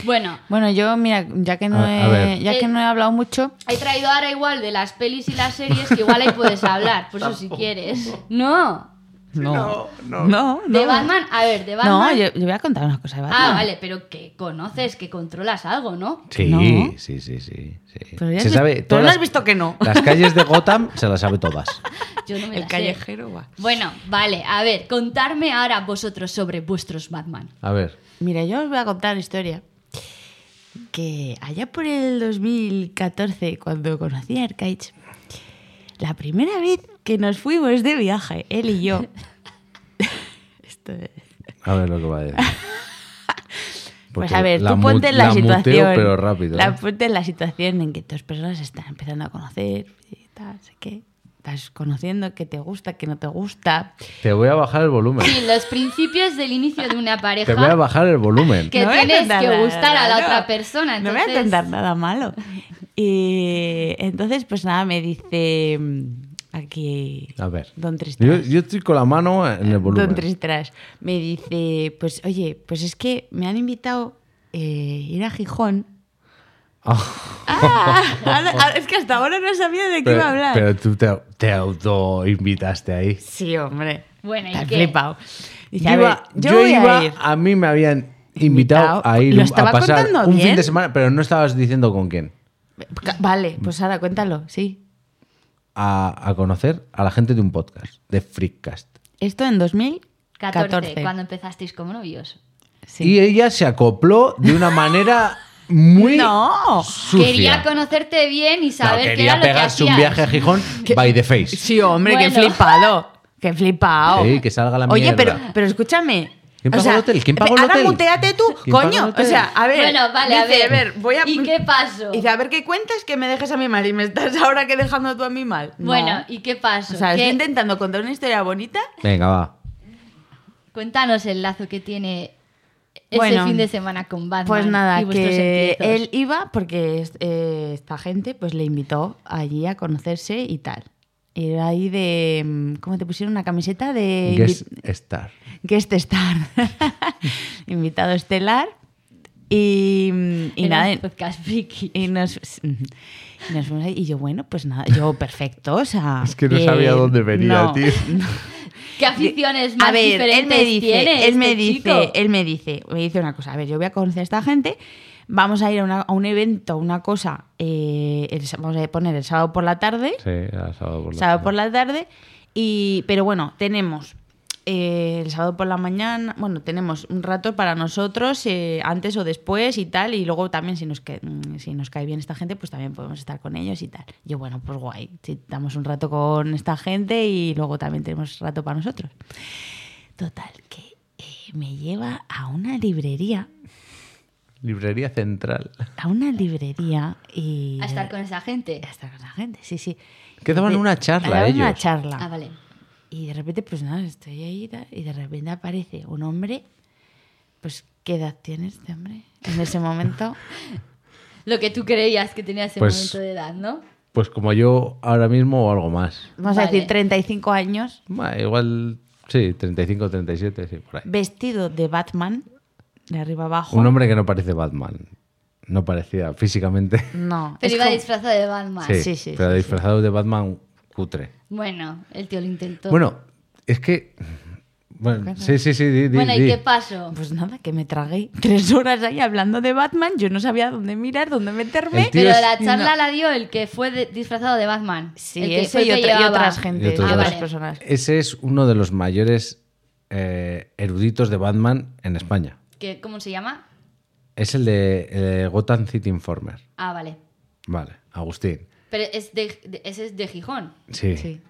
Bueno, Bueno, yo, mira, ya que no, A- a he, ver. ya que Eh, no he hablado mucho, he traído ahora igual de las pelis y las series, que igual ahí puedes hablar, por eso si quieres. No, no. No, no. de Batman, a ver, de Batman. No, yo, yo voy a contar una cosa de Batman. Ah, vale, pero que conoces, que controlas algo, ¿no? Sí, No. sí, sí, sí. sí. Pero ya se has vi- sabe, pero todas no has las- visto que no. Las calles de Gotham se las sabe todas. Yo no me El la sé. callejero va. Bueno, vale, a ver, contarme ahora vosotros sobre vuestros Batman. A ver. Mira, yo os voy a contar una historia. Que allá por el 2014, cuando conocí a Arcaich, la primera vez que nos fuimos de viaje, él y yo. Esto es- A ver lo que va a decir. Pues Porque a ver, la tú mu- ponte en la, muteo, situación. pero rápido. La ¿eh? ponte en la situación en que dos personas se están empezando a conocer, y tal, sé qué. Estás conociendo qué te gusta, qué no te gusta. Te voy a bajar el volumen. Sí, los principios del inicio de una pareja Te voy a bajar el volumen. que voy a tienes contar que nada, gustar a la no. otra persona. No Entonces, voy a contar nada malo. Y entonces, pues nada, me dice mm, aquí A ver. Don Yo, Tristán. yo estoy con la mano en el Don volumen. Tristras me dice, pues oye, pues es que me han invitado eh, ir a Gijón Ah, ahora- ahora- es que hasta ahora no sabía de qué Pero, iba a hablar. pero tú te, te autoinvitaste ahí. Sí, hombre. Bueno, ¿y Te has qué? flipado. Dice, yo a ver, iba, yo yo voy iba- a ir. a mí me habían invitado Invitado. a ir Lo a estaba pasar contando un fin bien. de semana, pero no estabas diciendo con quién. Ca- Vale, pues ahora cuéntalo, sí. A, a conocer a la gente de un podcast, de Freakcast. Esto 14, en 2014. cuando empezasteis como novios. Sí. Y ella se acopló de una manera muy No. sucia. Quería conocerte bien y No, saber qué quería era lo que pegarse un hacías. viaje a Gijón by the face. Sí, hombre, qué Bueno. flipado. Qué flipado. Sí, que salga la Oye, mierda. pero, pero escúchame. ¿Quién o pagó sea, el hotel? ¿Quién pagó el Ahora hotel? muteate tú, ¿Quién pagó el coño. O hotel? sea, a ver. Bueno, vale, a dice, ver. voy a... ¿Y qué pasó? Dice, a ver qué cuentas que me dejes a mí mal y me estás ahora que dejando tú a mí mal. No. Bueno, ¿y qué pasó? O ¿Qué- sea, estoy intentando contar una historia bonita. Venga, va. Cuéntanos el lazo que tiene ese Bueno, fin de semana con Batman. Pues nada, y vuestros que empiezos. él iba porque es- eh, esta gente pues le invitó allí a conocerse y tal. Era ahí de... mm, ¿Cómo te pusieron una camiseta de... Guest invi- Star. guest este star? Invitado estelar. Y, mm, y Era nada, un podcast friki. y nos, y nos fuimos ahí. Y yo, bueno, pues nada, yo perfecto, o sea... Es que no bien. sabía dónde venía, No. tío. ¿Qué aficiones más a ver, él diferentes me dice, tiene él este me dice, chico? él me dice, me dice una cosa, a ver, yo voy a conocer a esta gente, vamos a ir a, una- a un evento, una cosa, eh, el s- vamos a poner el sábado por la tarde, Sí, era sábado por la sábado tarde. por la tarde, y, pero bueno, tenemos eh, el sábado por la mañana, bueno, tenemos un rato para nosotros, eh, antes o después y tal, y luego también si nos, que- mm, si nos cae bien esta gente, pues también podemos estar con ellos y tal. Yo, bueno, pues guay, si damos un rato con esta gente y luego también tenemos rato para nosotros. Total, que eh, me lleva a una librería, Librería Central. a una librería y... A estar con esa gente. a estar con la gente, sí, sí. Que daban De- una charla daban una ellos. charla. Ah, vale. Y de repente, pues nada, estoy ahí y tal, y de repente aparece un hombre. Pues, ¿qué edad tiene este hombre? En ese momento. Lo que tú creías que tenía ese Pues- momento de edad, ¿no? Pues como yo ahora mismo o algo más. Vamos a Vale. decir 35 años, Bah, igual, sí, 35, 37, sí, por ahí. vestido de Batman, de arriba abajo. Un hombre que no parece Batman. No parecía físicamente. No. Pero es iba como- disfrazado de Batman. Sí, Ah, sí, sí, Pero sí, sí. disfrazado de Batman cutre. Bueno, el tío lo intentó. Bueno, es que. Bueno, sí, sí, sí, di, di, Bueno, ¿y di. qué pasó? Pues nada, que me tragué tres horas ahí hablando de Batman. Yo no sabía dónde mirar, dónde meterme. El tío Pero es- la charla la dio el que fue de- disfrazado de Batman. Sí, el que ese fue el y, que otra- y llevaba. Ah, otras gente, Y y otras otras vale. personas. Ese es uno de los mayores eh, eruditos de Batman en España. Que- ¿Cómo se llama? Es el de eh, Gotham City Informer. Ah, vale. Vale, Agustín. Pero es de, de- ese es de Gijón. Sí. Sí.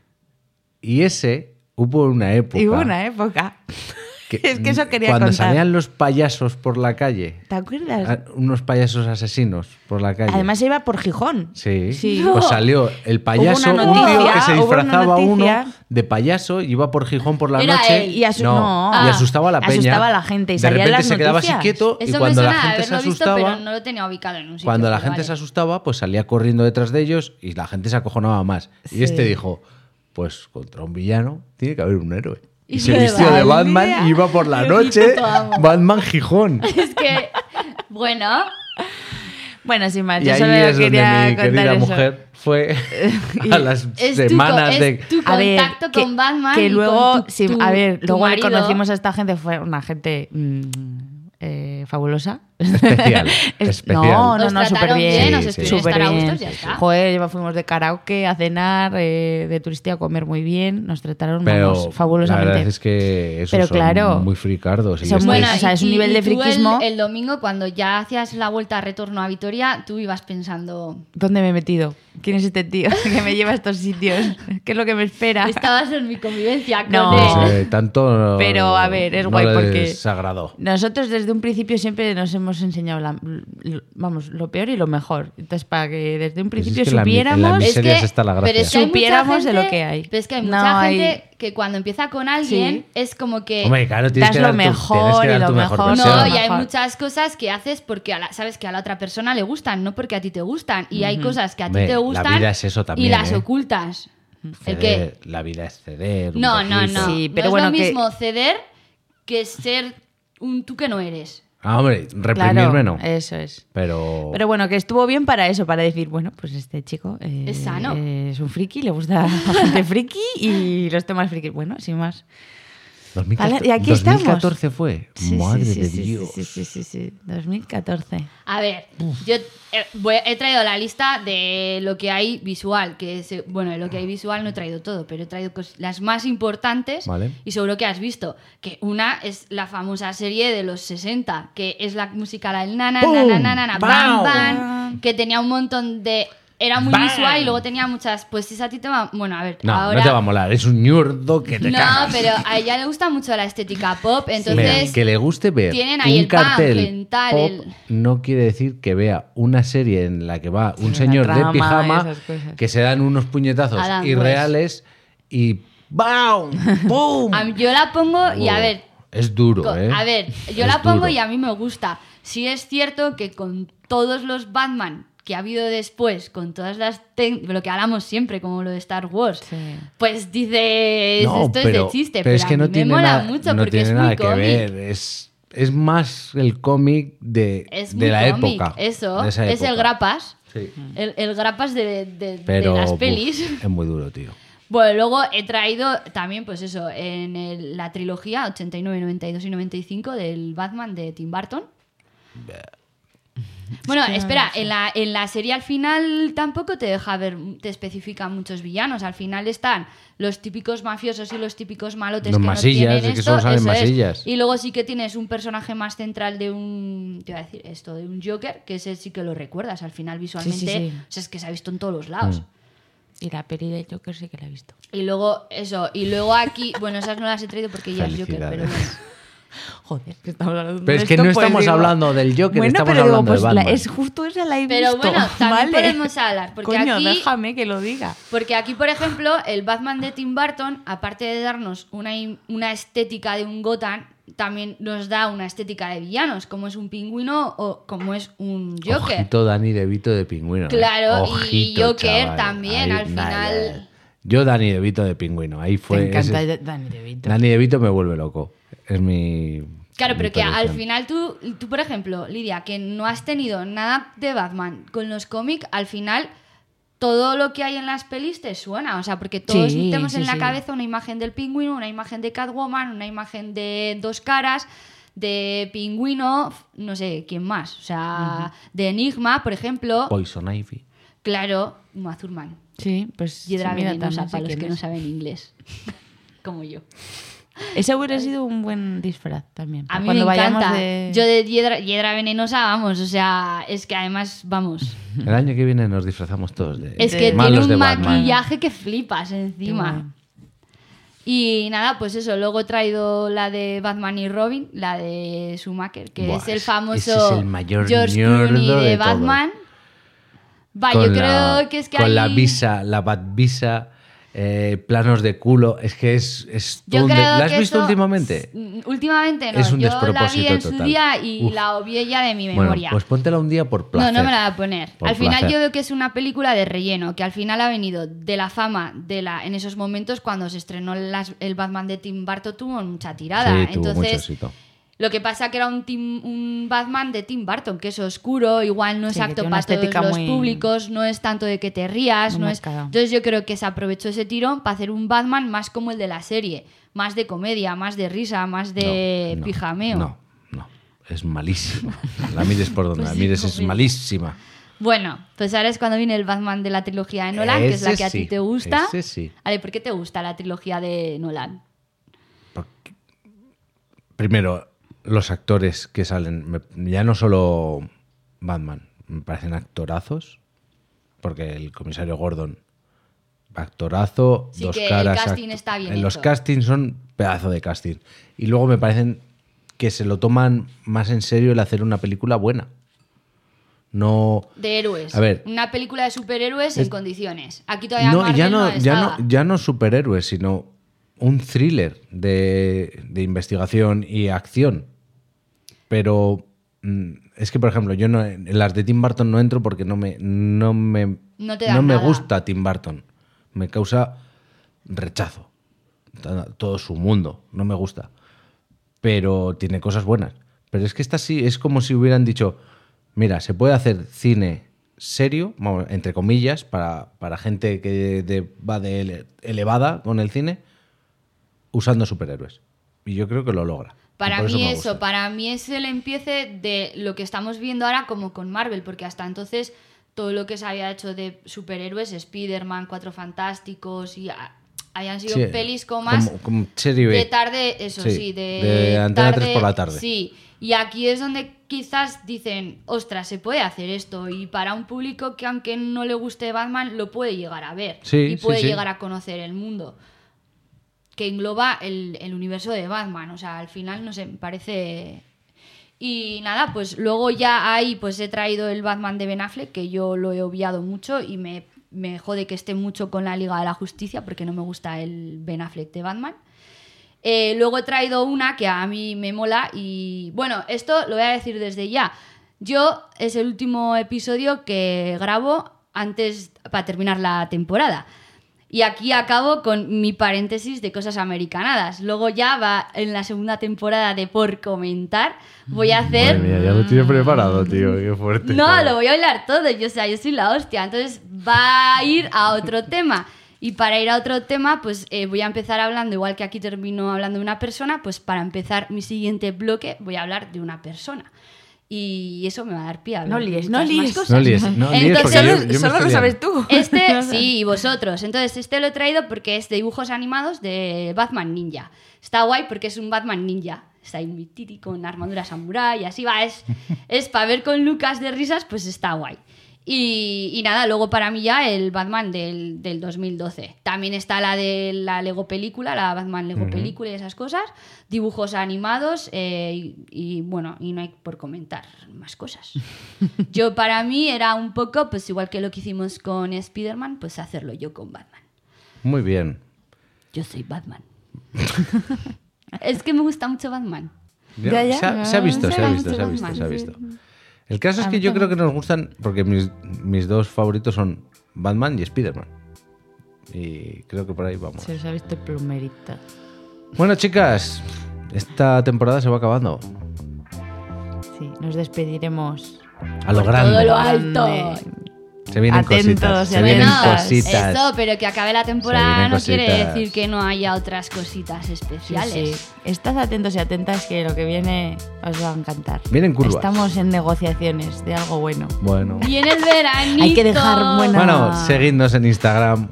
Y ese hubo una época. Y hubo una época. es que eso quería mm, Cuando Ah, contar. salían los payasos por la calle, ¿Te acuerdas? a- unos payasos asesinos por la calle. Además, se iba por Gijón. Sí. Sí. Pues salió el payaso, Hubo una un tío noticia, que se hubo una disfrazaba uno noticia. de payaso, iba por Gijón por la Era noche. él. Y asu- No, no. y Ah. asustaba a la peña. Asustaba a la gente y de salían repente las se quedaba así noticias. quieto y Eso me cuando suena la a gente se haberlo visto, asustaba, pero no lo tenía ubicado en un sitio. cuando la pero gente se vale. asustaba, pues salía corriendo detrás de ellos y la gente se acojonaba más. Y Sí. este dijo, pues contra un villano tiene que haber un héroe. Y Y se de vistió de Batman. Batman y iba por la Yo noche quito, amo. Batman Gijón. Es que, bueno, Bueno, sin Y más, Ah, yo ahí solo es donde quería mi contar querida eso. mujer fue a las es tu, semanas co- de... es tu contacto con Batman. que y con luego, tu- sí, tu- a ver, tu luego marido. reconocimos a esta gente, fue una gente mm, eh, fabulosa. Especial, Es- especial. No, no, Nos no, súper trataron bien. bien, nos Sí, sí. estuvieron súper estar a bien. gustos, ya está. Joder, lleva- fuimos de karaoke a cenar, eh, de turistía a comer muy bien. Nos trataron Pero vamos, La fabulosamente. verdad es que esos Pero son claro, muy fricardos. este el son muy- estrés. Bueno, o sea, y- es un y- nivel y de tú el- friquismo. El, domingo, cuando ya hacías la vuelta retorno a Vitoria, tú ibas pensando. ¿Dónde me he metido? ¿Quién es este tío que me lleva a estos sitios? ¿Qué es lo que me espera? Estabas en mi convivencia con No. él. Pues, eh, tanto Pero, a ver, es no guay les porque- sagrado. Nosotros desde un principio siempre nos hemos enseñado la- l- vamos, lo peor y lo mejor. Entonces, para que desde un principio Pues es que la mi- en la supiéramos... mis- miserias está la gracia. Pero es que hay mucha Supiéramos de lo gente- que hay. Pero es que hay No, mucha hay- gente que cuando empieza con alguien Sí. es como que. Hombre, claro, tienes eh, das que lo dar tu- mejor tienes que y dar lo tu mejor mejor. versión. No, persona. y hay Mejor. muchas cosas que haces porque a la- sabes que a la otra persona le gustan, no porque a ti te gustan. Y hay cosas que a ti Hombre, te la gustan vida es eso también, y las ¿eh? ocultas. El que Ceder, La vida es ceder. un no, no, poquito. no. Sí, pero no bueno, es lo que- mismo ceder que ser un tú que no eres. Ah, hombre, Claro, reprimirme no. eh, Oh. Eso es. Pero, Pero bueno, que estuvo bien para eso, para decir, bueno, pues este chico eh, Es sano. Es un friki, le gusta la gente friki y los temas friki. Bueno, sin más. 2014, Vale, y aquí estamos. 2014 fue. Madre sí, sí, de sí, Dios. Sí, sí, sí, sí, 2014. A ver, yo eh, voy- he traído la lista de lo que hay visual, que es, eh, bueno, de lo que hay visual no he traído todo, pero he traído cos- las más importantes Vale. y seguro que has visto, que una es la famosa serie de los 60, que es la música la del na, na, na, ¡Pum! na, na, na, na, bam, ¡Pau! bam, que tenía un montón de era muy ¡Bam! visual y luego tenía muchas, pues esa a ti te va, bueno, a ver, No, ahora no te va a molar. Es un ñurdo que te No, cagas. pero a ella le gusta mucho la estética pop, Mira, entonces que le guste ver tienen ahí un el punk, cartel el tal, pop el- no quiere decir que vea una serie en la que va un una señor trama, de pijama esas cosas. que se dan unos puñetazos Adam pues. West. irreales y ¡BAUM! ¡Pum! a- yo la pongo y a ver, Es duro, Co- ¿eh? A ver, yo Es la pongo duro. y a mí me gusta. Sí es cierto que con todos los Batman que ha habido después, con todas las tec- lo que hablamos siempre, como lo de Star Wars, Sí. pues dices No, esto es de chiste, pero, pero es que a no mí tiene me mola nada, mucho no porque tiene es muy nada que cómic. ver. Es, es más el cómic de, Es de muy la cómic, época. Eso, de esa es el época. grapas. Sí. El, el grapas de, de- de Pero las buf, pelis. es muy duro, tío. Bueno, luego he traído también, pues eso, en el- la trilogía 89, 92 y 95 del Batman de Tim Burton. Bueno, que no espera, lo sé. en la, en la serie al final tampoco te deja ver, te especifica muchos villanos. Al final están los típicos mafiosos y los típicos malotes Los que masillas, no es tienen que esto, solo salen eso es. masillas. Y luego sí que tienes un personaje más central de un, te iba a decir esto, de un Joker, que ese sí que lo recuerdas. Al final visualmente, sí. o sea, es que se ha visto en todos los lados. Mm. Y la peli de Joker sí que la he visto. Y luego, eso, y luego aquí, bueno, esas no las he traído porque ya es Joker, pero bueno. Felicidades. Joder, que estamos hablando Pero de es que esto, no pues, estamos digo- hablando del Joker, Bueno, estamos pero digo, hablando de pues, la- Batman. es justo esa la he Pero visto, bueno, también ¿vale? podemos hablar, porque Coño, aquí- déjame que lo diga. Porque aquí, por ejemplo, el Batman de Tim Burton, aparte de darnos una, im- una estética de un Gotham, también nos da una estética de villanos, como es un pingüino o como es un Joker. Ojito Dani DeVito de pingüino. ¿eh? Claro, y Ojito, Joker chaval. también, al final- Yo Dani DeVito de pingüino. Ahí fue. Te encanta ese- Dani DeVito. Dani DeVito me vuelve loco. Es mi. Claro, mi pero que al perdición. final tú, tú, por ejemplo, Lidia, que no has tenido nada de Batman con los cómics, al final todo lo que hay en las pelis te suena. O sea, porque todos Sí, tenemos sí, en la sí. cabeza una imagen del pingüino, una imagen de Catwoman, una imagen de dos caras, de pingüino, f- no sé quién más. O sea, de Enigma, por ejemplo. Poison Ivy. Claro, Mazurman. Sí, pues Hiedra sí, mira, venenosa, también sé para los quién que no es. saben inglés. Como yo. Ese hubiera sido un buen disfraz también. A para mí cuando me vayamos encanta. de- Yo de hiedra, hiedra venenosa, vamos, o sea, es que además, vamos. El año que viene nos disfrazamos todos de. Es de que tiene malos un de Batman. maquillaje que flipas Qué encima. bueno. Y nada, pues eso, luego he traído la de Batman y Robin, la de Schumacher, que Buah, es el ese famoso es el mayor George ñordo Clooney de, de todos. Batman. Va, yo Con la- creo que es que Con la ahí- visa, la Bat visa, eh, planos de culo. Es que es. es Yo todo un de- creo ¿La has que visto eso- últimamente? Mm, Últimamente no, Es un yo la vi despropósito en su total. día y Uf. la obvié ya de mi Bueno, memoria. pues póntela un día por placer. No, no me la voy a poner. Por al final placer. yo veo que es una película de relleno, que al final ha venido de la fama de la en esos momentos cuando se estrenó las- el Batman de Tim Burton tuvo mucha tirada. Sí, tuvo mucho Entonces, éxito. lo que pasa que era un, Tim- un Batman de Tim Burton, que es oscuro, igual no es Sí, que apto tiene una para todos estética los muy- públicos, no es tanto de que te rías, Muy no es... marcada. Entonces yo creo que se aprovechó ese tirón para hacer un Batman más como el de la serie, más de comedia, más de risa, más de No, no, pijameo. No, no. Es malísima. La mires por donde Pues la sí, mires, joder. es malísima. Bueno, pues ahora es cuando viene el Batman de la trilogía de Nolan, que es la Ese que a ti sí, te gusta. ese sí. A ver, ¿por qué te gusta la trilogía de Nolan? Porque- Primero, los actores que salen, me- ya no solo Batman, me parecen actorazos, porque el comisario Gordon, actorazo, Sí, dos que el caras. casting act- está bien en Los hecho. castings son pedazo de casting. Y luego me parecen que se lo toman más en serio el hacer una película buena. No. De héroes. A ver. Una película de superhéroes en condiciones. Aquí todavía No, Marvel ya no, ya estaba. no, ya no superhéroes, sino un thriller de, de investigación y acción. Pero mm, es que, por ejemplo, yo no, en las de Tim Burton no entro porque no me, no me, No te dan me nada. gusta Tim Burton. Me causa rechazo. Todo su mundo, no me gusta. Pero tiene cosas buenas. Pero es que esta sí, es como si hubieran dicho, mira, se puede hacer cine serio, vamos, entre comillas, para, para gente que de- va de ele- elevada con el cine, usando superhéroes. Y yo creo que lo logra. Y Para por mí me eso, gusta. para mí es el empiece de lo que estamos viendo ahora como con Marvel, porque hasta entonces todo lo que se había hecho de superhéroes, Spider-Man, Cuatro Fantásticos y ah, habían sido Sí, pelis como más como- como serie B. de tarde, eso sí, Sí, de, de Antena 3 por la tarde. Sí, y aquí es donde quizás dicen, ostras, se puede hacer esto y para un público que aunque no le guste Batman lo puede llegar a ver Sí, y sí, puede sí. llegar a conocer el mundo que engloba el, el universo de Batman. O sea, al final, no sé, me parece... Y nada, pues luego ya ahí pues he traído el Batman de Ben Affleck, que yo lo he obviado mucho y me, me jode que esté mucho con la Liga de la Justicia porque no me gusta el Ben Affleck de Batman. Eh, luego he traído una que a mí me mola y bueno, esto lo voy a decir desde ya. Yo es el último episodio que grabo antes para terminar la temporada. Y aquí acabo con mi paréntesis de cosas americanadas. Luego ya va en la segunda temporada de Por Comentar. Voy a hacer... Madre mía, ya lo tiene preparado, tío. Qué fuerte. No, lo voy a bailar todo, yo, o sea, yo soy la hostia. Entonces va a ir a otro tema. Y para ir a otro tema, pues eh, voy a empezar hablando, igual que aquí termino hablando de una persona, pues para empezar mi siguiente bloque voy a hablar de una persona. Y eso me va a dar pie a hablar No de líes, muchas no más líes. cosas. No líes, no líes Entonces, porque solo- yo- yo me Solo estoy lo sabes liando. tú. Este, sí, y vosotros. Entonces, este lo he traído porque es de dibujos animados de Batman Ninja. Está guay porque es un Batman Ninja. Está ahí muy tiri con armadura samurái y así va. Es, es para ver con Lucas de risas, pues está guay. Y, y nada, luego para mí ya el Batman del, del 2012. También está la de la Lego película, la Batman Lego película y esas cosas. Dibujos animados eh, y, y bueno, y no hay por comentar más cosas. Yo para mí era un poco, pues igual que lo que hicimos con Spider-Man, pues hacerlo yo con Batman. Muy bien. Yo soy Batman. es que me gusta mucho Batman. Ya, ya, Se, ha, ya. se ha visto, Se se ha ve visto, mucho se ha más visto, mal, se ha sí. visto. El caso es A que mí yo creo que también. nos gustan, porque mis, mis dos favoritos son Batman y Spider-Man. Y creo que por ahí vamos. Se os ha visto el plumerito. Bueno, chicas, esta temporada se va acabando. Sí, nos despediremos. A lo Por grande. todo lo alto. Se vienen Atentos, cositas. Se atentos. vienen Bueno, cositas. Eso, pero que acabe la Se temporada vienen no quiere cositas. decir que no haya otras cositas Sí, especiales. sí. Estad atentos y atentas que lo que viene os va a encantar. Vienen curvas. Estamos en negociaciones de algo bueno. Bueno. Y en el veranito. Hay que dejar buena- Bueno, seguidnos en Instagram,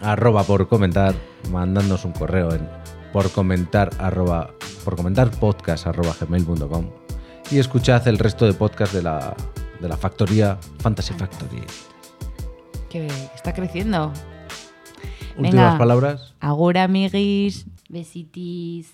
arroba por comentar, mandándonos un correo en por comentar, arroba, por comentar podcast, arroba gmail.com y escuchad el resto de podcast de la, de la factoría Fantasy Factory. Que está creciendo. Últimas palabras. Agur, amiguis. Besitis.